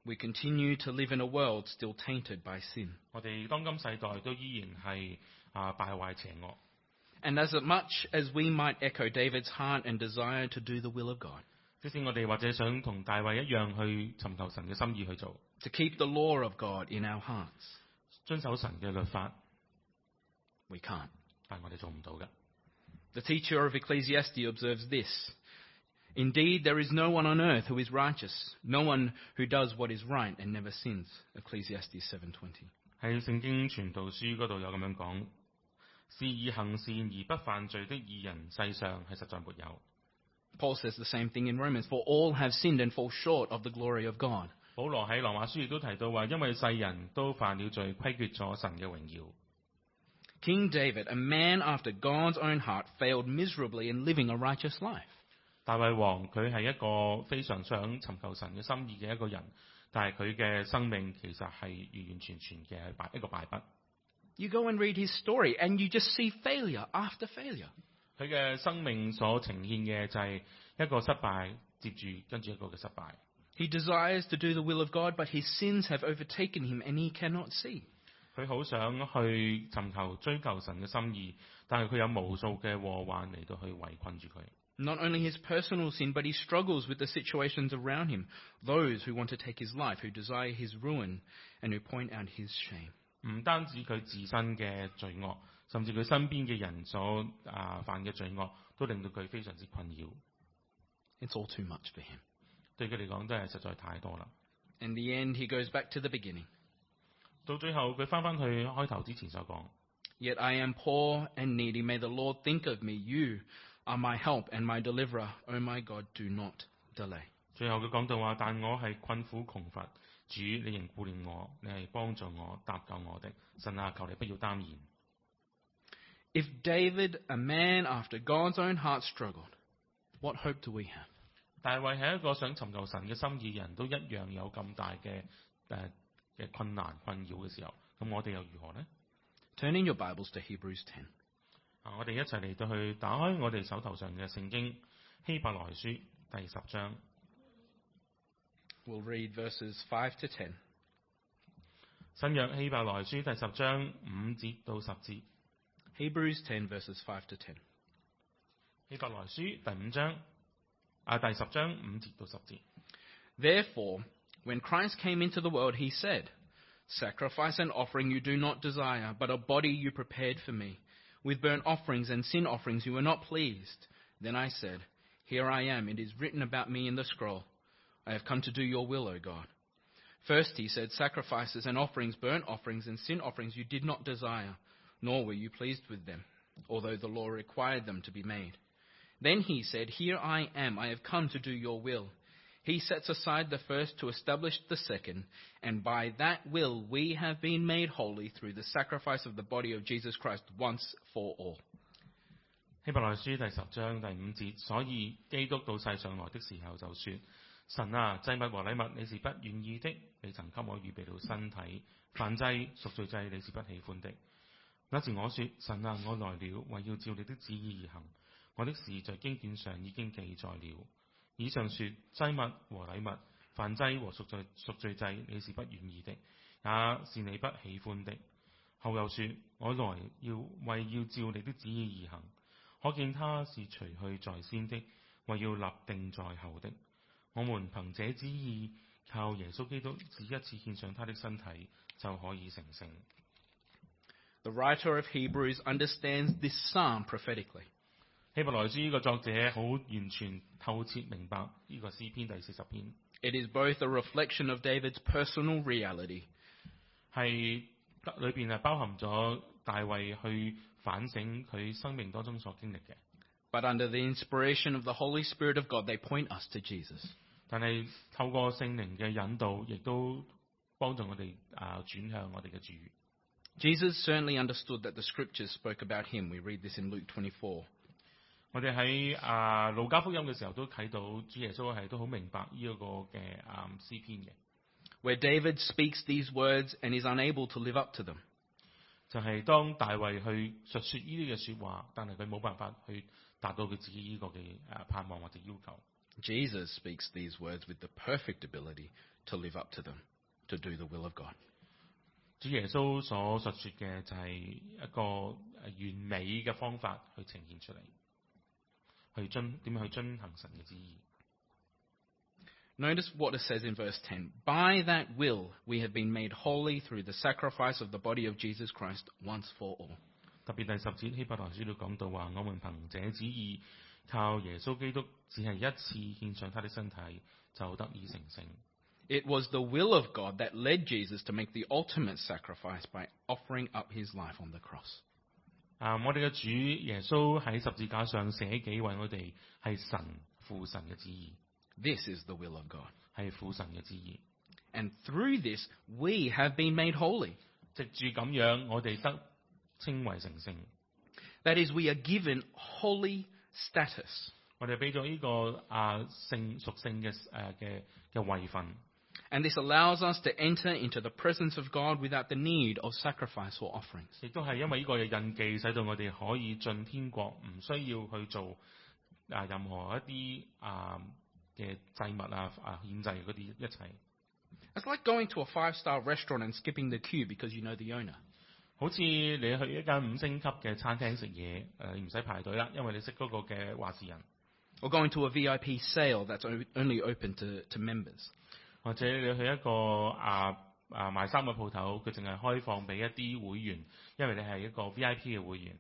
[SPEAKER 1] We continue to live in a world still tainted by sin.
[SPEAKER 2] 我哋當今世代都依然係啊敗壞邪惡。
[SPEAKER 1] And as much as we might echo David's heart and desire to do the will of God,
[SPEAKER 2] 即使我哋或者想同大衛一樣去尋求神嘅心意去做，
[SPEAKER 1] to keep the law of God in our hearts,
[SPEAKER 2] 遵守神嘅律法，
[SPEAKER 1] we can't.
[SPEAKER 2] 但我哋做唔到嘅。
[SPEAKER 1] The teacher of Ecclesiastes observes this Indeed, there is no one on earth who is righteous, no one who does what is right and never sins. Ecclesiastes 7:20.
[SPEAKER 2] 喺聖經傳道書嗰度有咁樣講：是以行善而不犯罪的義人，世上係實在沒有。
[SPEAKER 1] Paul says the same thing in Romans, for all have sinned and fall short of the glory of God.
[SPEAKER 2] 保羅喺羅馬書亦都提到話，因為世人都犯了罪，虧缺咗神嘅榮耀。
[SPEAKER 1] King David, a man after God's own heart, failed miserably in living a righteous life.
[SPEAKER 2] 大衛王佢係一個非常想尋求神嘅心意嘅一個人，但係佢嘅生命其實係完完全全嘅敗一個敗筆。
[SPEAKER 1] You go and read his story and you just see failure after failure.
[SPEAKER 2] 佢嘅生命所呈現嘅就係一個失敗接住跟住一個嘅失敗。
[SPEAKER 1] He desires to do the will of God, but his sins have overtaken him and he cannot see.
[SPEAKER 2] 佢好想去尋求追求神嘅心意，但係佢有無數嘅禍患嚟到去圍困住佢。
[SPEAKER 1] Not only his personal sin, but he struggles with the situations around him, those who want to take his life, who desire his ruin, and who point out his shame.
[SPEAKER 2] 唔單止佢自身嘅罪惡，甚至佢身邊嘅人所啊犯嘅罪惡，都令到佢非常之困擾。
[SPEAKER 1] It's all too much for him.
[SPEAKER 2] 對佢嚟講都係實在太多啦。
[SPEAKER 1] In the end, he goes back to the beginning.
[SPEAKER 2] 到最後，佢翻返去開頭之前所講，
[SPEAKER 1] Yet I am poor and needy. May the Lord think of me. You are my help and my deliverer. O my God, do not delay.
[SPEAKER 2] 最後佢講到話：但我係困苦窮乏，主你仍顧念我，你係幫助我、搭救我的。神啊，求你不要耽延。
[SPEAKER 1] If David, a man after God's own heart, struggled, what hope do we have?
[SPEAKER 2] 大衛係一個想尋求神嘅心意嘅人，都一樣有咁大嘅誒嘅困難困擾嘅時候，咁我哋又如何呢？
[SPEAKER 1] Turn in your Bibles to Hebrews 10.
[SPEAKER 2] 啊，我哋一齊嚟到去打開我哋手頭上嘅聖經希伯來書第十章，
[SPEAKER 1] We'll read verses 5 to 10.
[SPEAKER 2] 新約希伯來書第十章五節到十節，
[SPEAKER 1] Hebrews 10, verses 5 to 10.
[SPEAKER 2] 希伯來書第五章啊第十章五節到十節。
[SPEAKER 1] Therefore, when Christ came into the world, he said, Sacrifice and offering you do not desire, but a body you prepared for me. With burnt offerings and sin offerings you were not pleased. Then I said, Here I am, it is written about me in the scroll. I have come to do your will, O God. First he said, Sacrifices and offerings, burnt offerings and sin offerings you did not desire, nor were you pleased with them, although the law required them to be made. Then he said, Here I am, I have come to do your will. He sets aside the first to establish the second, and by that will we have been made holy through the sacrifice of the body of Jesus Christ once for all.
[SPEAKER 2] 希伯來書第十章第五節，所以基督到世上來的時候就說：神啊，祭物和禮物你是不願意的，你曾給我預備了身體；燔祭、贖罪祭你是不喜歡的。那時我說：神啊，我來了，為要照你的旨意而行。我的事在經卷上已經記載了。以上說祭物和禮物、燔祭和贖罪贖罪祭你是不願意的，也是你不喜歡的。後又說：我來要為要照你的旨意而行。可見他是除去在先的，為要立定在後的。我們憑這旨意，靠耶穌基督只一次獻上他的身體，就可以成聖。
[SPEAKER 1] The writer of Hebrews understands this psalm prophetically.
[SPEAKER 2] 希伯來書呢個作者好完全透徹明白呢個詩篇第四十篇，
[SPEAKER 1] It is both a reflection of David's personal reality
[SPEAKER 2] 係得裏邊係啊包含咗大衛去反省佢生命當中所經歷嘅。
[SPEAKER 1] But under the inspiration of the Holy Spirit of God, they point us to Jesus.
[SPEAKER 2] 但係透過聖靈嘅引導，亦都幫助我哋啊轉向我哋嘅主。
[SPEAKER 1] Jesus certainly understood that the scriptures spoke about him. We read this in Luke 24.
[SPEAKER 2] 我哋喺啊路加福音嘅時候都睇到主耶穌係都好明白呢一個嘅啊詩篇嘅，
[SPEAKER 1] where David speaks these words and is unable to live up to them.
[SPEAKER 2] 就係、當大衛去述說呢啲嘅説話，但係佢冇辦法去達到佢自己呢個嘅啊盼望或者要求。
[SPEAKER 1] Jesus speaks these words with the perfect ability to live up to them, to do the will of God.
[SPEAKER 2] 主耶穌所述說嘅就係一個呃完美嘅方法去呈現出嚟，去遵點樣去遵行神嘅旨意。
[SPEAKER 1] Notice what it says in verse 10 By that will we have been made holy through the sacrifice of the body of Jesus Christ once for all.
[SPEAKER 2] 特別第十節希伯來書度講到話，我們憑這旨意靠耶穌基督，只係一次獻上他的身體，就得以成聖。
[SPEAKER 1] It was the will of God that led Jesus to make the ultimate sacrifice by offering up his life on the cross.
[SPEAKER 2] 啊！我哋嘅主耶穌喺十字架上捨己為我哋，係神父神嘅旨意，
[SPEAKER 1] This is the will of God.
[SPEAKER 2] 係父神嘅旨意。
[SPEAKER 1] And through this, we have been made holy.
[SPEAKER 2] 藉住咁樣，我哋得稱為成聖。
[SPEAKER 1] That is, we are given holy status.
[SPEAKER 2] 我哋俾咗呢個啊聖屬性嘅誒嘅嘅位份，
[SPEAKER 1] And this allows us to enter into the presence of God without the need of sacrifice or offerings.
[SPEAKER 2] 亦都係因為呢個嘅印記，使到我哋可以進天國，唔需要去做啊任何一啲啊嘅祭物啊啊獻祭嗰啲一切，
[SPEAKER 1] It's like going to a five star restaurant and skipping the queue because you know the owner.
[SPEAKER 2] 好似你去一間五星級嘅餐廳食嘢，誒、呃唔使排隊啦，因為你識嗰個嘅話事人，
[SPEAKER 1] Or going to a VIP sale that's o- only open to, to members.
[SPEAKER 2] 或者你去一個啊啊賣衫嘅鋪頭，佢淨係開放俾一啲會員，因為你係一個 V I P 嘅會員。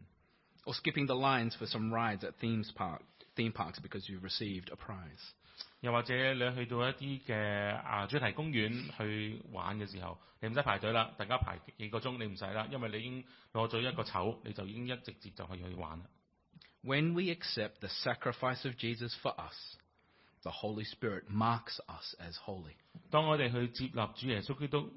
[SPEAKER 1] Or skipping the lines for some rides at themes park, theme parks because you've received a prize.
[SPEAKER 2] 又或者你去到一啲嘅啊主題公園去玩嘅時候，你唔使排隊啦，大家排幾個鐘你唔使啦，因為你已經攞咗一個籌，你就已經一直接就可以去玩啦。
[SPEAKER 1] When we accept the sacrifice of Jesus for us, the Holy Spirit marks us as holy.
[SPEAKER 2] 當我哋去接納主耶穌基督，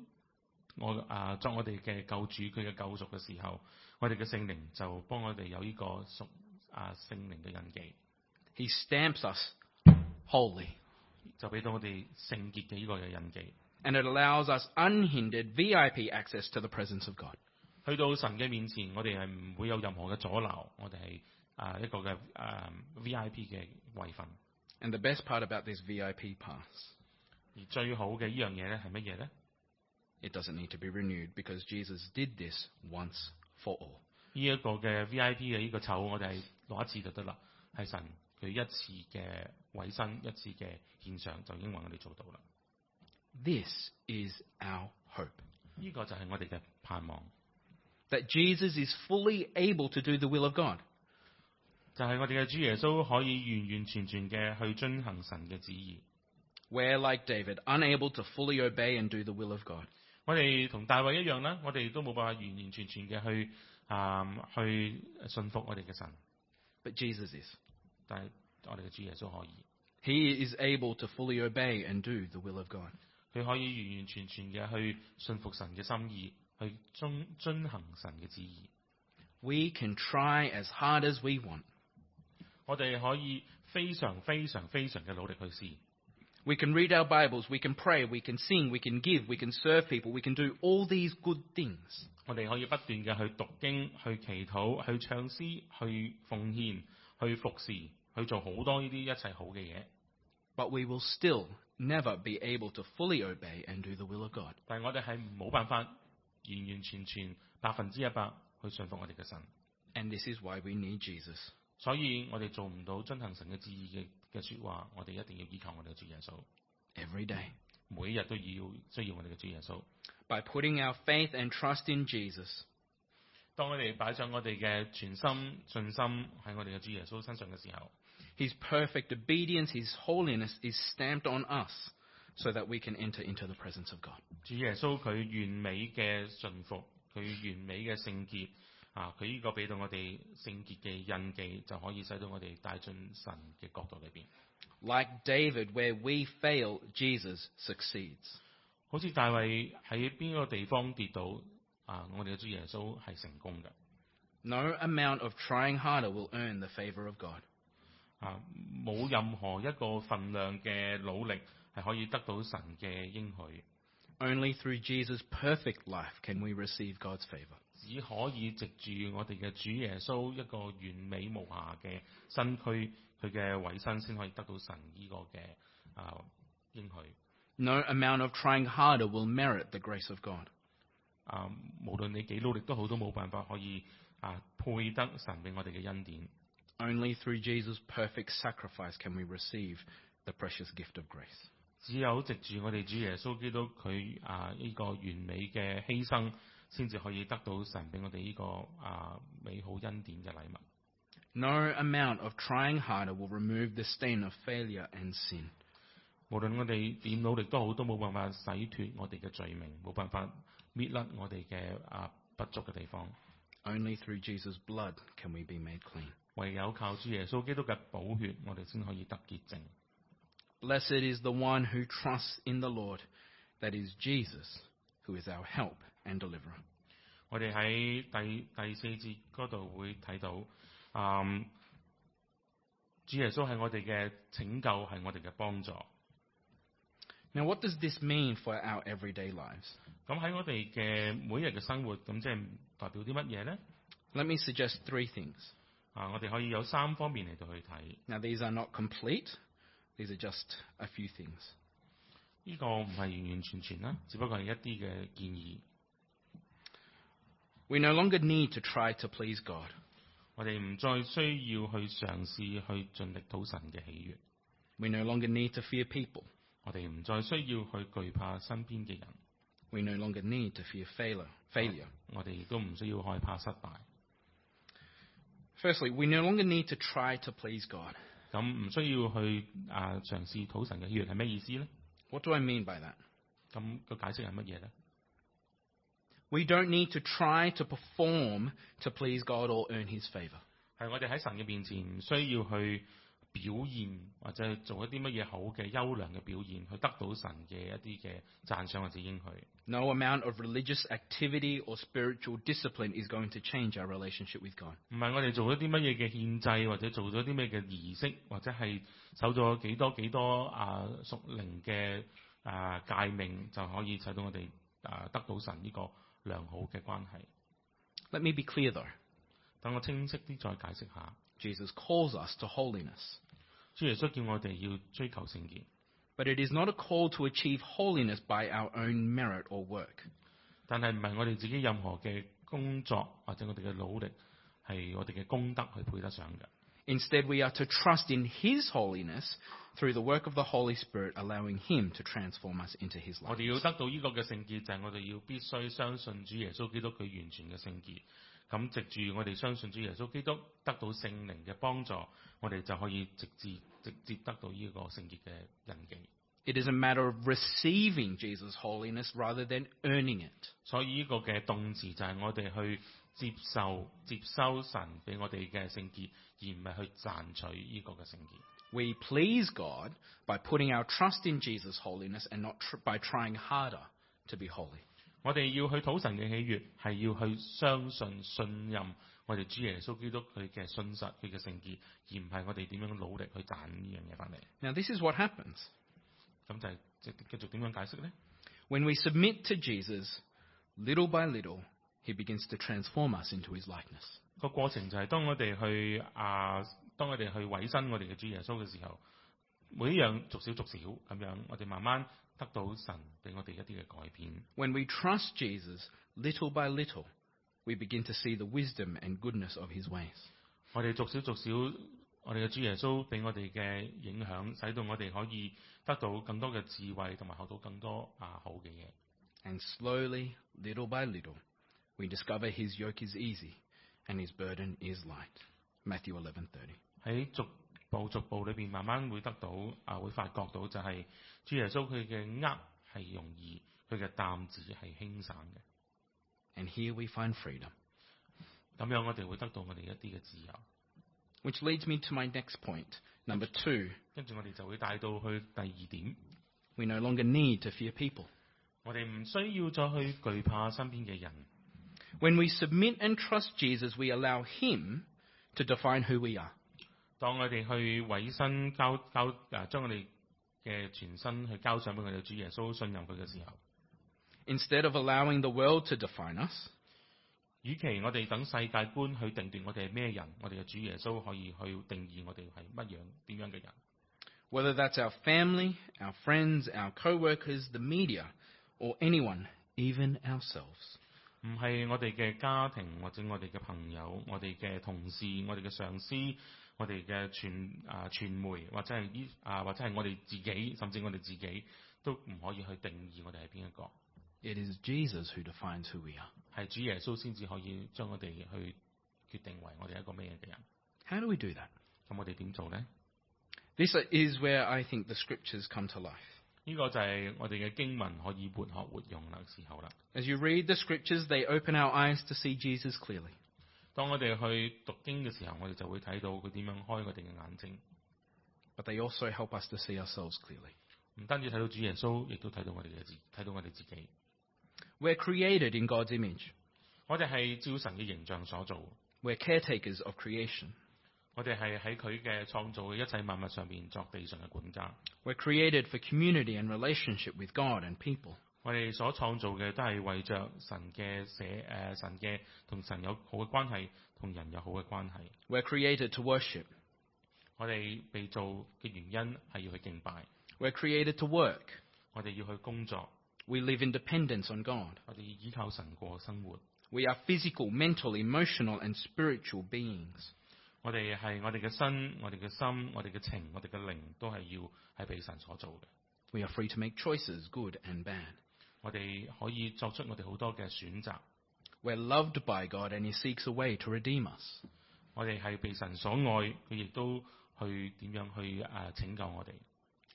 [SPEAKER 2] 我啊作我哋嘅救主，佢嘅救贖嘅時候，我哋嘅聖靈就幫我哋有呢個屬啊聖靈嘅印記，
[SPEAKER 1] He stamps us holy.
[SPEAKER 2] 就俾到我哋聖潔嘅呢個嘅印記。
[SPEAKER 1] And it allows us unhindered VIP access to the presence of God.
[SPEAKER 2] 去到神嘅面前，我哋係唔會有任何嘅阻撓，我哋係啊一個嘅啊 V.I.P 嘅位份。
[SPEAKER 1] And the best part about this VIP pass,
[SPEAKER 2] 而最好嘅依樣嘢咧係乜嘢咧？
[SPEAKER 1] it doesn't need to be renewed because Jesus did this once for all.
[SPEAKER 2] 呢、一個嘅 V.I.P 嘅呢個籌，我哋係攞一次就得啦。係神佢一次嘅委身，一次嘅獻上，就已經為我哋做到啦。
[SPEAKER 1] This is our hope
[SPEAKER 2] 呢、個就係我哋嘅盼望，
[SPEAKER 1] that Jesus is fully able to do the will of God.
[SPEAKER 2] 就係、我哋嘅主耶穌可以完完全全嘅去遵行神嘅旨意。
[SPEAKER 1] We're like David, unable to fully obey and do the will of God.
[SPEAKER 2] 我哋同大衛一樣啦，我哋都冇辦法完完全全嘅去啊、去信服我哋嘅神，
[SPEAKER 1] But Jesus is.
[SPEAKER 2] 但係我哋嘅主耶穌可以，
[SPEAKER 1] He is able to fully obey and do the will of God.
[SPEAKER 2] 佢可以完完全全嘅去信服神嘅心意，去遵遵行神嘅旨意。
[SPEAKER 1] We can try as hard as we want.
[SPEAKER 2] 我哋可以非常非常非常嘅努力去試。
[SPEAKER 1] We can read our Bibles, we can pray, we can sing, we can give, we can serve people, we can do all these good things.
[SPEAKER 2] 我哋可以不斷嘅去讀經、去祈禱、去唱詩、去奉獻、去服侍、去做好多呢啲一切好嘅嘢。
[SPEAKER 1] But we will still never be able to fully obey and do the will of God.
[SPEAKER 2] 但係我哋係冇辦法完完全全百分之一百去信服我哋嘅神，
[SPEAKER 1] And this is why we need Jesus.
[SPEAKER 2] 所以我哋做唔到遵行神嘅旨意嘅嘅説話，我哋一定要依靠我哋嘅主耶穌，
[SPEAKER 1] Every day.
[SPEAKER 2] 每日都要需要我哋嘅主耶穌。
[SPEAKER 1] By putting our faith and trust in Jesus,
[SPEAKER 2] 當我哋擺上我哋嘅全心信心喺我哋嘅主耶穌身上嘅時候，
[SPEAKER 1] His perfect obedience, His holiness is stamped on us so that we can enter into the presence of God.
[SPEAKER 2] 主耶穌佢完美嘅信服，佢完美嘅聖潔啊！佢呢個俾到我哋聖潔嘅印記，就可以使到我哋帶進神嘅角度裏邊。
[SPEAKER 1] Like David, where we fail, Jesus succeeds.
[SPEAKER 2] 好似大衛喺邊個地方跌倒啊！我哋嘅主耶穌係成功嘅
[SPEAKER 1] No amount of trying harder will earn the favor of God.
[SPEAKER 2] 啊！冇任何一個份量嘅努力係可以得到神嘅應許，
[SPEAKER 1] Only through Jesus' perfect life can we receive God's favor.
[SPEAKER 2] 只可以藉住我哋嘅主耶穌一個完美無瑕嘅身軀，佢嘅委身先可以得到神呢個嘅啊應許。
[SPEAKER 1] No amount of trying harder will merit the grace of God.
[SPEAKER 2] 啊，無論你幾努力都好，都冇辦法可以啊配得神俾我哋嘅恩典。
[SPEAKER 1] Only through Jesus' perfect sacrifice can we receive the precious gift of grace.
[SPEAKER 2] 只有藉住我哋主耶穌基督佢啊呢個完美嘅犧牲，先至可以得到神俾我哋呢、個啊美好恩典嘅禮物。
[SPEAKER 1] No amount of trying harder will remove the stain of failure and sin.
[SPEAKER 2] 無論我哋點努力都好，都冇辦法洗脱我哋嘅罪名，冇辦法搣甩我哋嘅啊不足嘅地方。
[SPEAKER 1] Only through Jesus' blood can we be made clean.
[SPEAKER 2] 唯有靠主耶穌基督嘅寶血，我哋先可以得潔淨。
[SPEAKER 1] Blessed is the one who trusts in the Lord, that is Jesus, who is our help and deliverer.
[SPEAKER 2] 我哋喺第第四節嗰度會睇到，啊、主耶穌係我哋嘅拯救，係我哋嘅幫助。
[SPEAKER 1] Now, what does this mean for our everyday lives?
[SPEAKER 2] 咁喺我哋嘅每日嘅生活，咁即係代表啲乜嘢呢？
[SPEAKER 1] Let me suggest three things.
[SPEAKER 2] 啊，我哋可以有三方面嚟到去睇，
[SPEAKER 1] Now, these are not complete, these are just a few things.
[SPEAKER 2] 呢、個唔係完完全全啦，只不過係一啲嘅建議。
[SPEAKER 1] We no longer need to try to please God.
[SPEAKER 2] 我哋唔再需要去嘗試去盡力討神嘅喜悅，
[SPEAKER 1] We no longer need to fear people.
[SPEAKER 2] 我哋唔再需要去懼怕身邊嘅人，
[SPEAKER 1] We no longer need to fear failure. failure.
[SPEAKER 2] 我哋亦都唔需要害怕失敗。
[SPEAKER 1] Firstly, we no longer need to try to please God.
[SPEAKER 2] 咁唔需要去啊嘗試討神嘅喜悅係咩意思呢？
[SPEAKER 1] What do I mean by that?
[SPEAKER 2] 咁、個解釋係乜嘢呢？
[SPEAKER 1] We don't need to try to perform to please God or earn His favor.
[SPEAKER 2] 係我哋喺神嘅面前唔需要去表現或者係做一啲乜嘢好嘅優良嘅表現，去得到神嘅一啲嘅讚賞或者應許。
[SPEAKER 1] No amount of religious activity or spiritual discipline is going to change our relationship with God.
[SPEAKER 2] 唔係我哋做咗啲乜嘢嘅獻祭，或者做咗啲咩嘅儀式，或者係守咗幾多幾多啊屬靈嘅啊戒命，就可以使到我哋啊得到神呢個良好嘅關係。
[SPEAKER 1] Let me be clear though.
[SPEAKER 2] 等我清晰啲再解釋下。
[SPEAKER 1] Jesus calls us to holiness.
[SPEAKER 2] 主耶穌叫我哋要追求聖潔，
[SPEAKER 1] But it is not a call to achieve holiness by our own merit or work.
[SPEAKER 2] 但係唔係我哋自己任何嘅工作或者我哋嘅努力，係我哋嘅功德去配得上嘅。
[SPEAKER 1] Instead, we are to trust in His holiness through the work of the Holy Spirit, allowing Him to transform us into His
[SPEAKER 2] 我
[SPEAKER 1] life.
[SPEAKER 2] 哋要得到呢個嘅聖潔，就係、我哋要必須相信主耶穌基督佢完全嘅聖潔。咁藉住我哋相信主耶穌基督，得到聖靈嘅幫助，我哋就可以直接直接得到呢個聖潔嘅印記。
[SPEAKER 1] It is a matter of receiving Jesus' holiness rather than earning it.
[SPEAKER 2] 所以呢個嘅動詞就係我哋去接受接收神俾我哋嘅聖潔，而唔係去賺取呢個嘅聖潔。
[SPEAKER 1] We please God by putting our trust in Jesus' holiness and not tr- by trying harder to be holy.
[SPEAKER 2] 我哋要去討神嘅喜悅，係要去相信、信任我哋主耶穌基督佢嘅信實、佢嘅聖潔，而唔係我哋點樣努力去賺呢樣嘢翻嚟。
[SPEAKER 1] Now, this is what happens.
[SPEAKER 2] 咁就係即繼續點樣解釋呢？
[SPEAKER 1] When we submit to Jesus, little by little, he begins to transform us into his likeness.
[SPEAKER 2] 個過程就係當我哋去啊，當我哋去委身我哋嘅主耶穌嘅時候，每一樣逐少逐少咁樣，我哋慢慢得到神俾我哋一啲嘅改變。
[SPEAKER 1] When we trust Jesus, little by little, we begin to see the wisdom and goodness of his ways.
[SPEAKER 2] 我哋逐少逐少，我哋嘅主耶穌俾我哋嘅影響，使到我哋可以得到更多嘅智慧，同埋學到更多啊好嘅嘢。
[SPEAKER 1] And slowly, little by little, we discover his yoke is easy and his burden is light. Matthew 11:30.
[SPEAKER 2] 喺逐步逐步裏邊，慢慢會得到啊，會發覺到就係、主耶穌佢嘅軛係容易，佢嘅擔子係輕省嘅。
[SPEAKER 1] And here we find freedom.
[SPEAKER 2] 咁樣我哋會得到我哋一啲嘅自由，
[SPEAKER 1] Which leads me to my next point. Number two,
[SPEAKER 2] 跟住我哋就會帶到去第二點。
[SPEAKER 1] we no longer need to fear people.
[SPEAKER 2] 我哋唔需要再去懼怕身邊嘅人。
[SPEAKER 1] When we submit and trust Jesus, we allow him to define who we are.
[SPEAKER 2] 當我哋去委身交交啊，將我哋嘅全身去交上俾我哋嘅主耶穌，信任佢嘅時候，
[SPEAKER 1] Instead of allowing the world to define us,
[SPEAKER 2] 與其我哋等世界觀去定奪我哋係咩人，我哋嘅主耶穌可以去定義我哋係乜樣點樣嘅人。
[SPEAKER 1] whether that's our family, our friends, our co workers, the media, or anyone, even ourselves. 唔
[SPEAKER 2] 唔係我哋嘅家庭或者我哋嘅朋友、我哋嘅同事、我哋嘅上司、我哋嘅傳啊傳媒或者係依啊或者係我哋自己，甚至我哋自己都唔可以去定義我哋係邊一個，
[SPEAKER 1] It is Jesus who defines who we are.
[SPEAKER 2] 係主耶穌先至可以將我哋去決定為我哋一個咩嘅人。
[SPEAKER 1] How do we do that?
[SPEAKER 2] 咁我哋點做呢？
[SPEAKER 1] This is where I think the scriptures come to life.
[SPEAKER 2] 呢、個就係我哋嘅經文可以活學活用啦，時候啦。
[SPEAKER 1] As you read the scriptures, they open our eyes to see Jesus clearly.
[SPEAKER 2] 當我哋去讀經嘅時候，我哋就會睇到佢點樣開我哋嘅眼睛，
[SPEAKER 1] but they also help us to see ourselves clearly.
[SPEAKER 2] 唔單止睇到主耶穌，亦都睇到我哋嘅自，睇到我哋自己。
[SPEAKER 1] We're created in God's image.
[SPEAKER 2] 我哋係照神嘅形象所做，
[SPEAKER 1] We're caretakers of creation.
[SPEAKER 2] 我哋係喺佢嘅創造嘅一切萬物上面作地上嘅管家。
[SPEAKER 1] We're created for community and relationship with God and people.
[SPEAKER 2] 我哋所創造嘅都係為着神嘅社誒、呃神嘅同神有好嘅關係，同人有好嘅關係。
[SPEAKER 1] We're created to worship.
[SPEAKER 2] 我哋被造嘅原因係要去敬拜，
[SPEAKER 1] We're created to work.
[SPEAKER 2] 我哋要去工作，
[SPEAKER 1] We live in dependence on God.
[SPEAKER 2] 我哋要依靠神過生活。
[SPEAKER 1] We are physical, mental, emotional, and spiritual beings.
[SPEAKER 2] 我哋係我哋嘅身、我哋嘅心、我哋嘅情、我哋嘅靈，都係要係被神所做嘅。
[SPEAKER 1] We are free to make choices, good and bad.
[SPEAKER 2] 我哋可以作出我哋好多嘅選擇。
[SPEAKER 1] We're loved by God and He seeks a way to redeem us.
[SPEAKER 2] 我哋係被神所愛，佢亦都去點樣去誒、呃拯救我哋。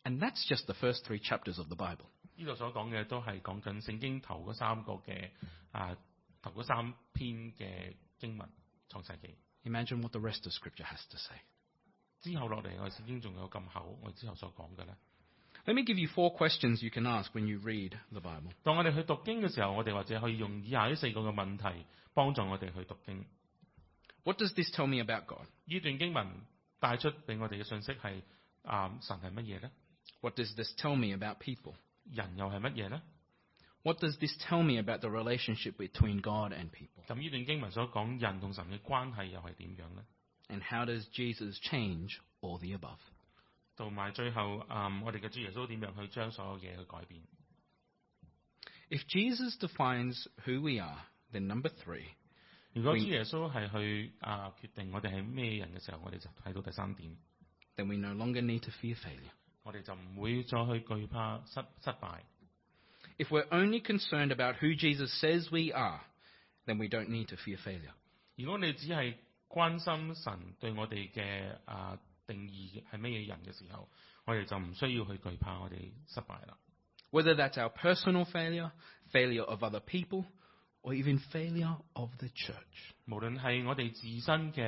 [SPEAKER 1] And that's just the first three chapters of the Bible.
[SPEAKER 2] 呢度所講嘅都係講緊聖經頭嗰三個嘅啊、頭嗰三篇嘅經文創世記。
[SPEAKER 1] Imagine what the rest of Scripture has to say.
[SPEAKER 2] 之後落嚟，我哋聖經仲有咁厚，我哋之後所講嘅咧。
[SPEAKER 1] Let me give you four questions you can ask when you read the Bible.
[SPEAKER 2] 當我哋去讀經嘅時候，我哋或者可以用以下呢四個嘅問題幫助我哋去讀經。
[SPEAKER 1] What does this tell me about God?
[SPEAKER 2] 呢段經文帶出俾我哋嘅信息係啊，神係乜嘢呢？
[SPEAKER 1] What does this tell me about people?
[SPEAKER 2] 人又係乜嘢呢？
[SPEAKER 1] What does this tell me about the relationship between God and people?
[SPEAKER 2] 咁呢段經文所講人同神嘅關係又係點樣呢？
[SPEAKER 1] And how does Jesus change all the above?
[SPEAKER 2] 同埋最後啊、我哋嘅主耶穌點樣去將所有嘢去改變？
[SPEAKER 1] If Jesus defines who we are, then number three,
[SPEAKER 2] 如果主
[SPEAKER 1] 永
[SPEAKER 2] 耶穌係去啊、決定我哋係咩人嘅時候，我哋就睇到第三點，
[SPEAKER 1] then we no longer need to fear failure.
[SPEAKER 2] 我哋就唔會再去懼怕失失敗。
[SPEAKER 1] If we're only concerned about who Jesus says we are, then we don't need to fear failure.
[SPEAKER 2] 如果你只係關心神對我哋嘅啊定義係咩嘢人嘅時候，我哋就唔需要去懼怕我哋失敗啦。
[SPEAKER 1] Whether that's our personal failure, failure of other people, or even failure of the church.
[SPEAKER 2] 無論係我哋自身嘅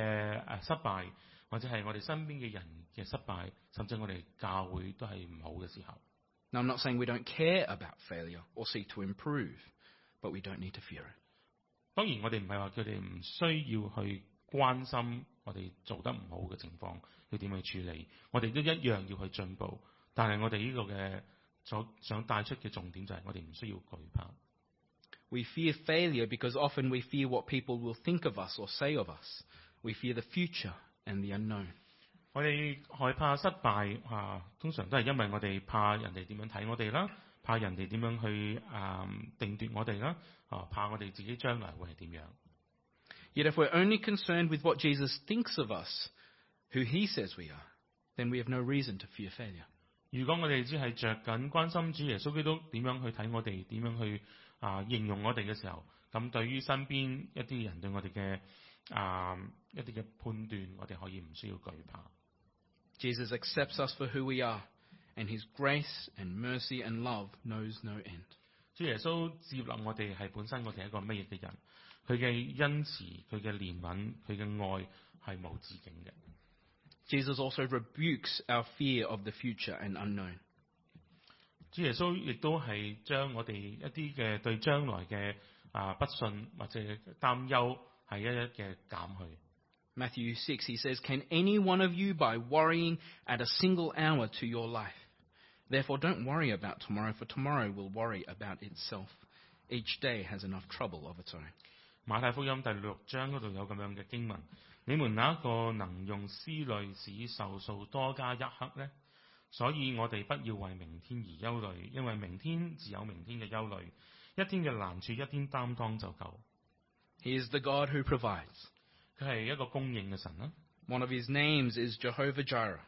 [SPEAKER 2] 誒失敗，或者係我哋身邊嘅人嘅失敗，甚至我哋教會都係唔好嘅時候。
[SPEAKER 1] Now, I'm not saying we don't care about failure or seek to improve, but we don't need to fear it.
[SPEAKER 2] 當然，我哋唔係話佢哋唔需要去關心我哋做得唔好嘅情況，要點去處理。我哋都一樣要去進步，但係我哋呢個嘅所想帶出嘅重點就係我哋唔需要懼怕。
[SPEAKER 1] We fear failure because often we fear what people will think of us or say of us. We fear the future and the unknown.
[SPEAKER 2] 我哋害怕失敗啊，通常都係因為我哋怕人哋點樣睇我哋啦，怕人哋點樣去啊、定奪我哋啦，啊怕我哋自己將來會係點樣。
[SPEAKER 1] Yet, if we're only concerned with what Jesus thinks of us, who he says we are, then we have no reason to fear failure.
[SPEAKER 2] 如果我哋只係着緊關心主耶穌基督點樣去睇我哋，點樣去啊形容我哋嘅時候，咁對於身邊一啲人對我哋嘅啊一啲嘅判斷，我哋可以唔需要懼怕。
[SPEAKER 1] Jesus accepts us for who we are, and his grace and mercy and love knows no end.
[SPEAKER 2] 主耶穌接納我哋係本身我哋係一個乜嘢嘅人，佢嘅恩慈、佢嘅憐憫、佢嘅愛係無止境嘅。
[SPEAKER 1] Jesus also rebukes our fear of the future and unknown.
[SPEAKER 2] 主耶穌亦都係將我哋一啲嘅對將來嘅啊不信或者擔憂係一一嘅減去。
[SPEAKER 1] Matthew 6, he says, Can any one of you by worrying add a single hour to your life? Therefore, don't worry about tomorrow, for tomorrow will worry about itself. Each day has enough trouble of its own.
[SPEAKER 2] 馬太福音第六章嗰度有咁樣嘅經文：你們哪一個能用思慮使壽數多加一刻呢？所以我哋不要為明天而憂慮，因為明天自有明天嘅憂慮，一天嘅難處一天擔當就夠。
[SPEAKER 1] He is the God who provides.
[SPEAKER 2] 佢係一個供應嘅神啦。
[SPEAKER 1] One of his names is Jehovah Jireh,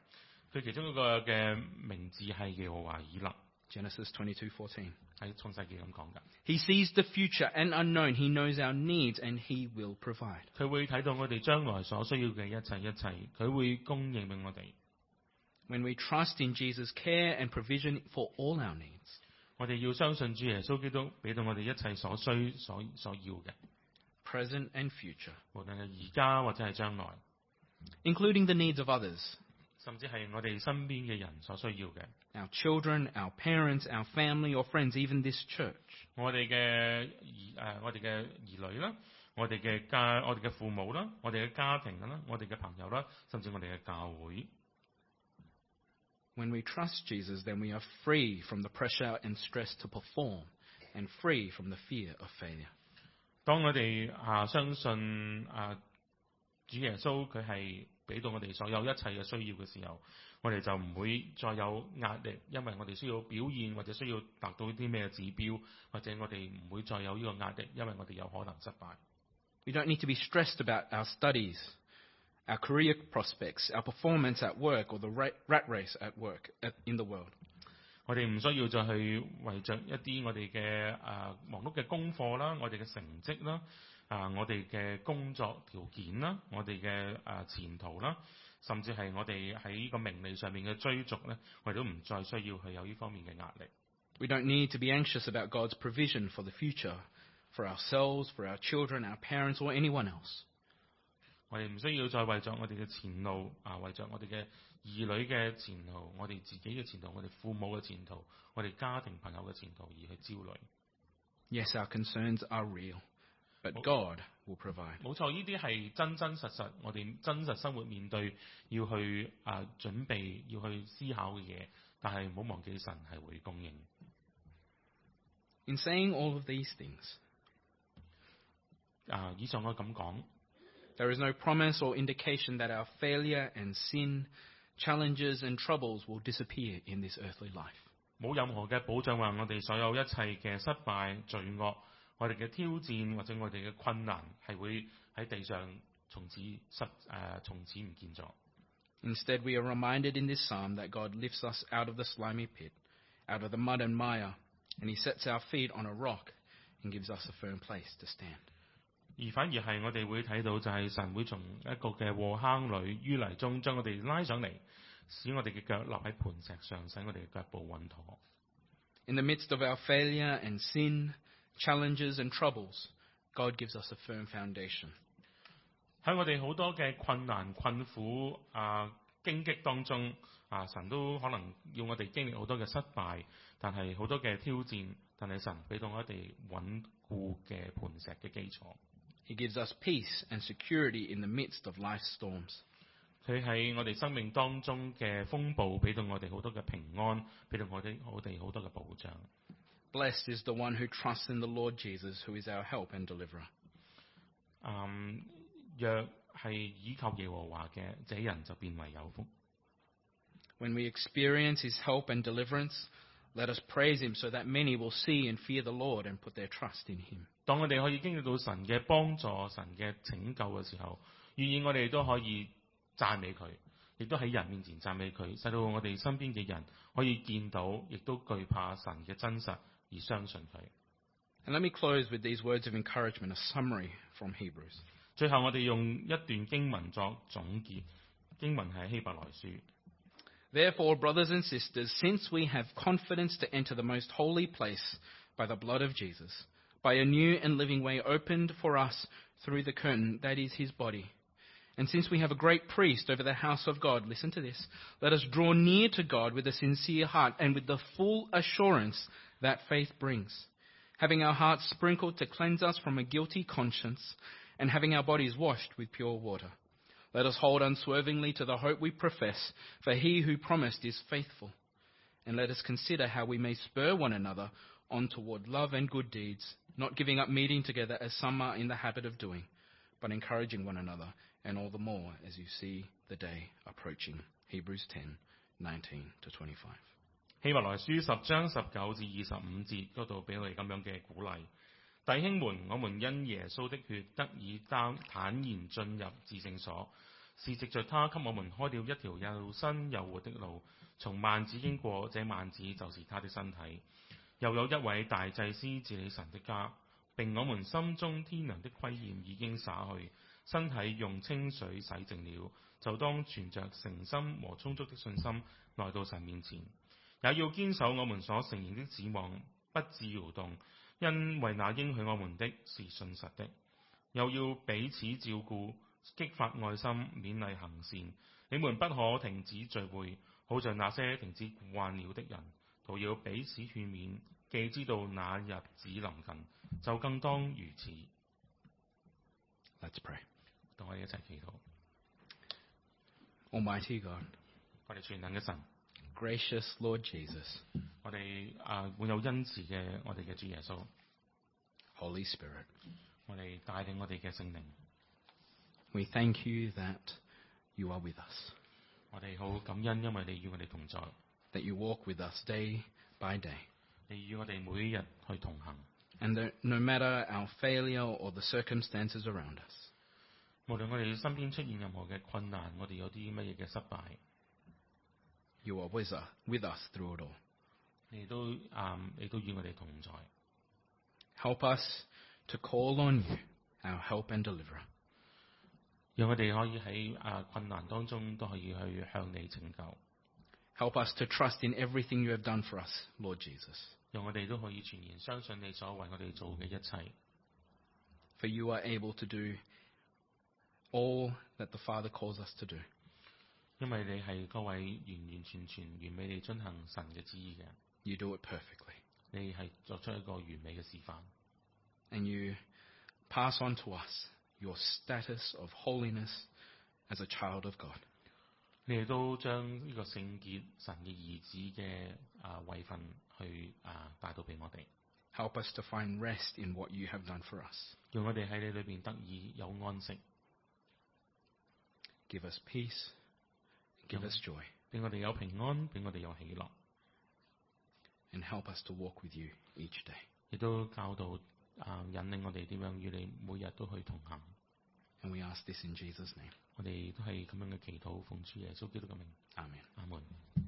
[SPEAKER 2] 佢其中一個嘅名字係耶和華以勒，
[SPEAKER 1] Genesis 22:14.
[SPEAKER 2] 喺創世記咁講㗎。
[SPEAKER 1] He sees the future and unknown. He knows our needs and he will provide.
[SPEAKER 2] 佢會睇到我哋將來所需要嘅一切一切，佢會供應俾我哋。
[SPEAKER 1] When we trust in Jesus' care and provision for all our needs,
[SPEAKER 2] 我哋要相信主耶穌基督俾到我哋一切所需所所要嘅，
[SPEAKER 1] present and future,
[SPEAKER 2] 無論係而家或者係將來，
[SPEAKER 1] including the needs of others,
[SPEAKER 2] 甚至係我哋身邊嘅人所需要嘅，
[SPEAKER 1] our children, our parents, our family or friends, even this church.
[SPEAKER 2] 我哋嘅兒誒我哋嘅兒女啦，我哋嘅家我哋嘅父母啦，我哋嘅家庭啦，我哋嘅朋友啦，甚至我哋嘅教會。
[SPEAKER 1] When we trust Jesus, then we are free from the pressure and stress to perform and free from the fear of failure.
[SPEAKER 2] 當我哋啊相信啊主耶穌佢係俾到我哋所有一切嘅需要嘅時候，我哋就唔會再有壓力，因為我哋需要表現或者需要達到啲咩指標，或者我哋唔會再有呢個壓力，因為我哋有可能失敗。
[SPEAKER 1] We don't need to be stressed about our studies, our career prospects, our performance at work, or the ra- rat race at work at, in the world.
[SPEAKER 2] 我哋唔需要再去為着一啲我哋嘅啊忙碌嘅功課啦，我哋嘅成績啦，啊我哋嘅工作條件啦，我哋嘅啊前途啦，甚至係我哋喺個名利上面嘅追逐咧，我哋都唔再需要去有呢方面嘅壓力。
[SPEAKER 1] We don't need to be anxious about God's provision for the future, for ourselves, for our children, our parents, or anyone else.
[SPEAKER 2] 我哋唔需要再為着我哋嘅前路啊，為着我哋嘅兒女嘅前途，我哋自己嘅前途，我哋父母嘅前途，我哋家庭朋友嘅前途而去焦慮。
[SPEAKER 1] Yes, our concerns are real, but God will provide.
[SPEAKER 2] 冇錯，呢啲係真真實實，我哋真實生活面對要去啊、準備要去思考嘅嘢，但係唔好忘記神係會供應。
[SPEAKER 1] In saying all of these things,
[SPEAKER 2] 啊、以上我咁講，
[SPEAKER 1] there is no promise or indication that our failure and sin, challenges and troubles will disappear in this earthly life.
[SPEAKER 2] 冇任何嘅保障話我哋所有一切嘅失敗、罪惡、我哋嘅挑戰或者我哋嘅困難係會喺地上從此失誒、從此唔見咗。
[SPEAKER 1] Instead, we are reminded in this psalm that God lifts us out of the slimy pit, out of the mud and mire, and He sets our feet on a rock and gives us a firm place to stand.
[SPEAKER 2] 而反而係我哋會睇到就係神會從一個嘅禍坑裏淤泥中將我哋拉上嚟，使我哋嘅腳立喺磐石上，使我哋嘅腳步穩妥。
[SPEAKER 1] In the midst of our failure and sin, challenges and troubles, God gives us a firm foundation.
[SPEAKER 2] 喺我哋好多嘅困難、困苦啊、荊棘當中啊，神都可能要我哋經歷好多嘅失敗，但係好多嘅挑戰，但係神俾到我哋穩固嘅磐石嘅基礎。
[SPEAKER 1] He gives us peace and security in the midst of life's storms.
[SPEAKER 2] 佢喺我哋生命當中嘅風暴，俾到我哋好多嘅平安，俾到我哋我哋好多嘅保障。
[SPEAKER 1] Blessed is the one who trusts in the Lord Jesus, who is our help and deliverer.
[SPEAKER 2] 嗯，若係倚靠耶和華嘅，這人就變為有福。
[SPEAKER 1] When we experience his help and deliverance, let us praise him so that many will see and fear the Lord and put their trust in him.
[SPEAKER 2] 當我哋可以經歷到神嘅幫助、神嘅拯救嘅時候，願意我哋都可以讚美佢，亦都喺人面前讚美佢，使到我哋身邊嘅人可以見到，亦都懼怕神嘅真實而相信佢。
[SPEAKER 1] And let me close with these words of encouragement, a summary from Hebrews.
[SPEAKER 2] 最後，我哋用一段經文作總結。經文係希伯來書。
[SPEAKER 1] Therefore, brothers and sisters, since we have confidence to enter the most holy place by the blood of Jesus, by a new and living way opened for us through the curtain, that is his body, and since we have a great priest over the house of God, listen to this, let us draw near to God with a sincere heart and with the full assurance that faith brings, having our hearts sprinkled to cleanse us from a guilty conscience, and having our bodies washed with pure water. Let us hold unswervingly to the hope we profess, for he who promised is faithful. And let us consider how we may spur one another on toward love and good deeds, not giving up meeting together as some are in the habit of doing, but encouraging one another, and all the more as you see the day approaching. Hebrews 10:19 to 25.
[SPEAKER 2] 希伯來書十章十九至二十五節嗰度俾我哋咁樣嘅鼓勵。弟兄們，我們因耶穌的血得以擔坦然進入至聖所，是藉着他給我們開了一條又新又活的路，從幔子經過，這幔子就是他的身體。又有一位大祭司治理神的家，並我們心中天良的虧欠已經灑去，身體用清水洗淨了，就當存着誠心和充足的信心來到神面前，也要堅守我們所承認的指望，不致搖動，因為那應許我們的是信實的。又要彼此照顧，激發愛心，勉勵行善。你們不可停止聚會，好像那些停止慣了的人。都要彼此勸勉，既知道那日子臨近，就更當如此。
[SPEAKER 1] Let's pray.
[SPEAKER 2] 同我哋一齊祈禱，
[SPEAKER 1] Almighty God,
[SPEAKER 2] 我哋全能嘅神，
[SPEAKER 1] gracious Lord Jesus,
[SPEAKER 2] 我哋啊滿有恩慈嘅我哋嘅主耶穌，
[SPEAKER 1] Holy Spirit,
[SPEAKER 2] 我哋帶領我哋嘅聖靈，
[SPEAKER 1] we thank you that you are with us,
[SPEAKER 2] 我哋好感恩，因為你與我哋同在，
[SPEAKER 1] that you walk with us day by day,
[SPEAKER 2] 你與我哋每一日去同行，
[SPEAKER 1] and that no matter our failure or the circumstances around us,
[SPEAKER 2] 無論我哋身邊出現任何嘅困難，我哋有啲乜嘢嘅失敗，
[SPEAKER 1] you are with us, with us through it all.
[SPEAKER 2] 你都啊、你都與我哋同在，
[SPEAKER 1] Help us to call on you, our help and deliverer.
[SPEAKER 2] 讓我哋可以喺啊、困難當中都可以去向你拯救。
[SPEAKER 1] Help us to trust in everything you have done for us, Lord Jesus.
[SPEAKER 2] 讓我哋都可以全然相信你所為我哋做嘅一切，
[SPEAKER 1] For you are able to do all that the Father calls us to do.
[SPEAKER 2] 因為你係嗰位完完全全完美地遵行神嘅旨意嘅，
[SPEAKER 1] You do it perfectly.
[SPEAKER 2] 你係作出一個完美嘅示範，
[SPEAKER 1] And you pass on to us your status of holiness as a child of God.
[SPEAKER 2] 你哋都將呢個聖潔神嘅兒子嘅啊位份去啊帶到俾我哋，
[SPEAKER 1] Help us to find rest in what you have done for us.
[SPEAKER 2] 讓我哋喺你裏邊得以有安息，
[SPEAKER 1] Give us peace. Give us joy.
[SPEAKER 2] 俾我哋有平安，俾我哋有喜樂，
[SPEAKER 1] And help us to walk with you each day.
[SPEAKER 2] 亦都教導啊引領我哋點樣與你每日都去同行，
[SPEAKER 1] And we ask this in Jesus' name.
[SPEAKER 2] 我哋都係咁樣嘅祈禱，奉主耶穌基督嘅名，
[SPEAKER 1] Amen.
[SPEAKER 2] 阿門。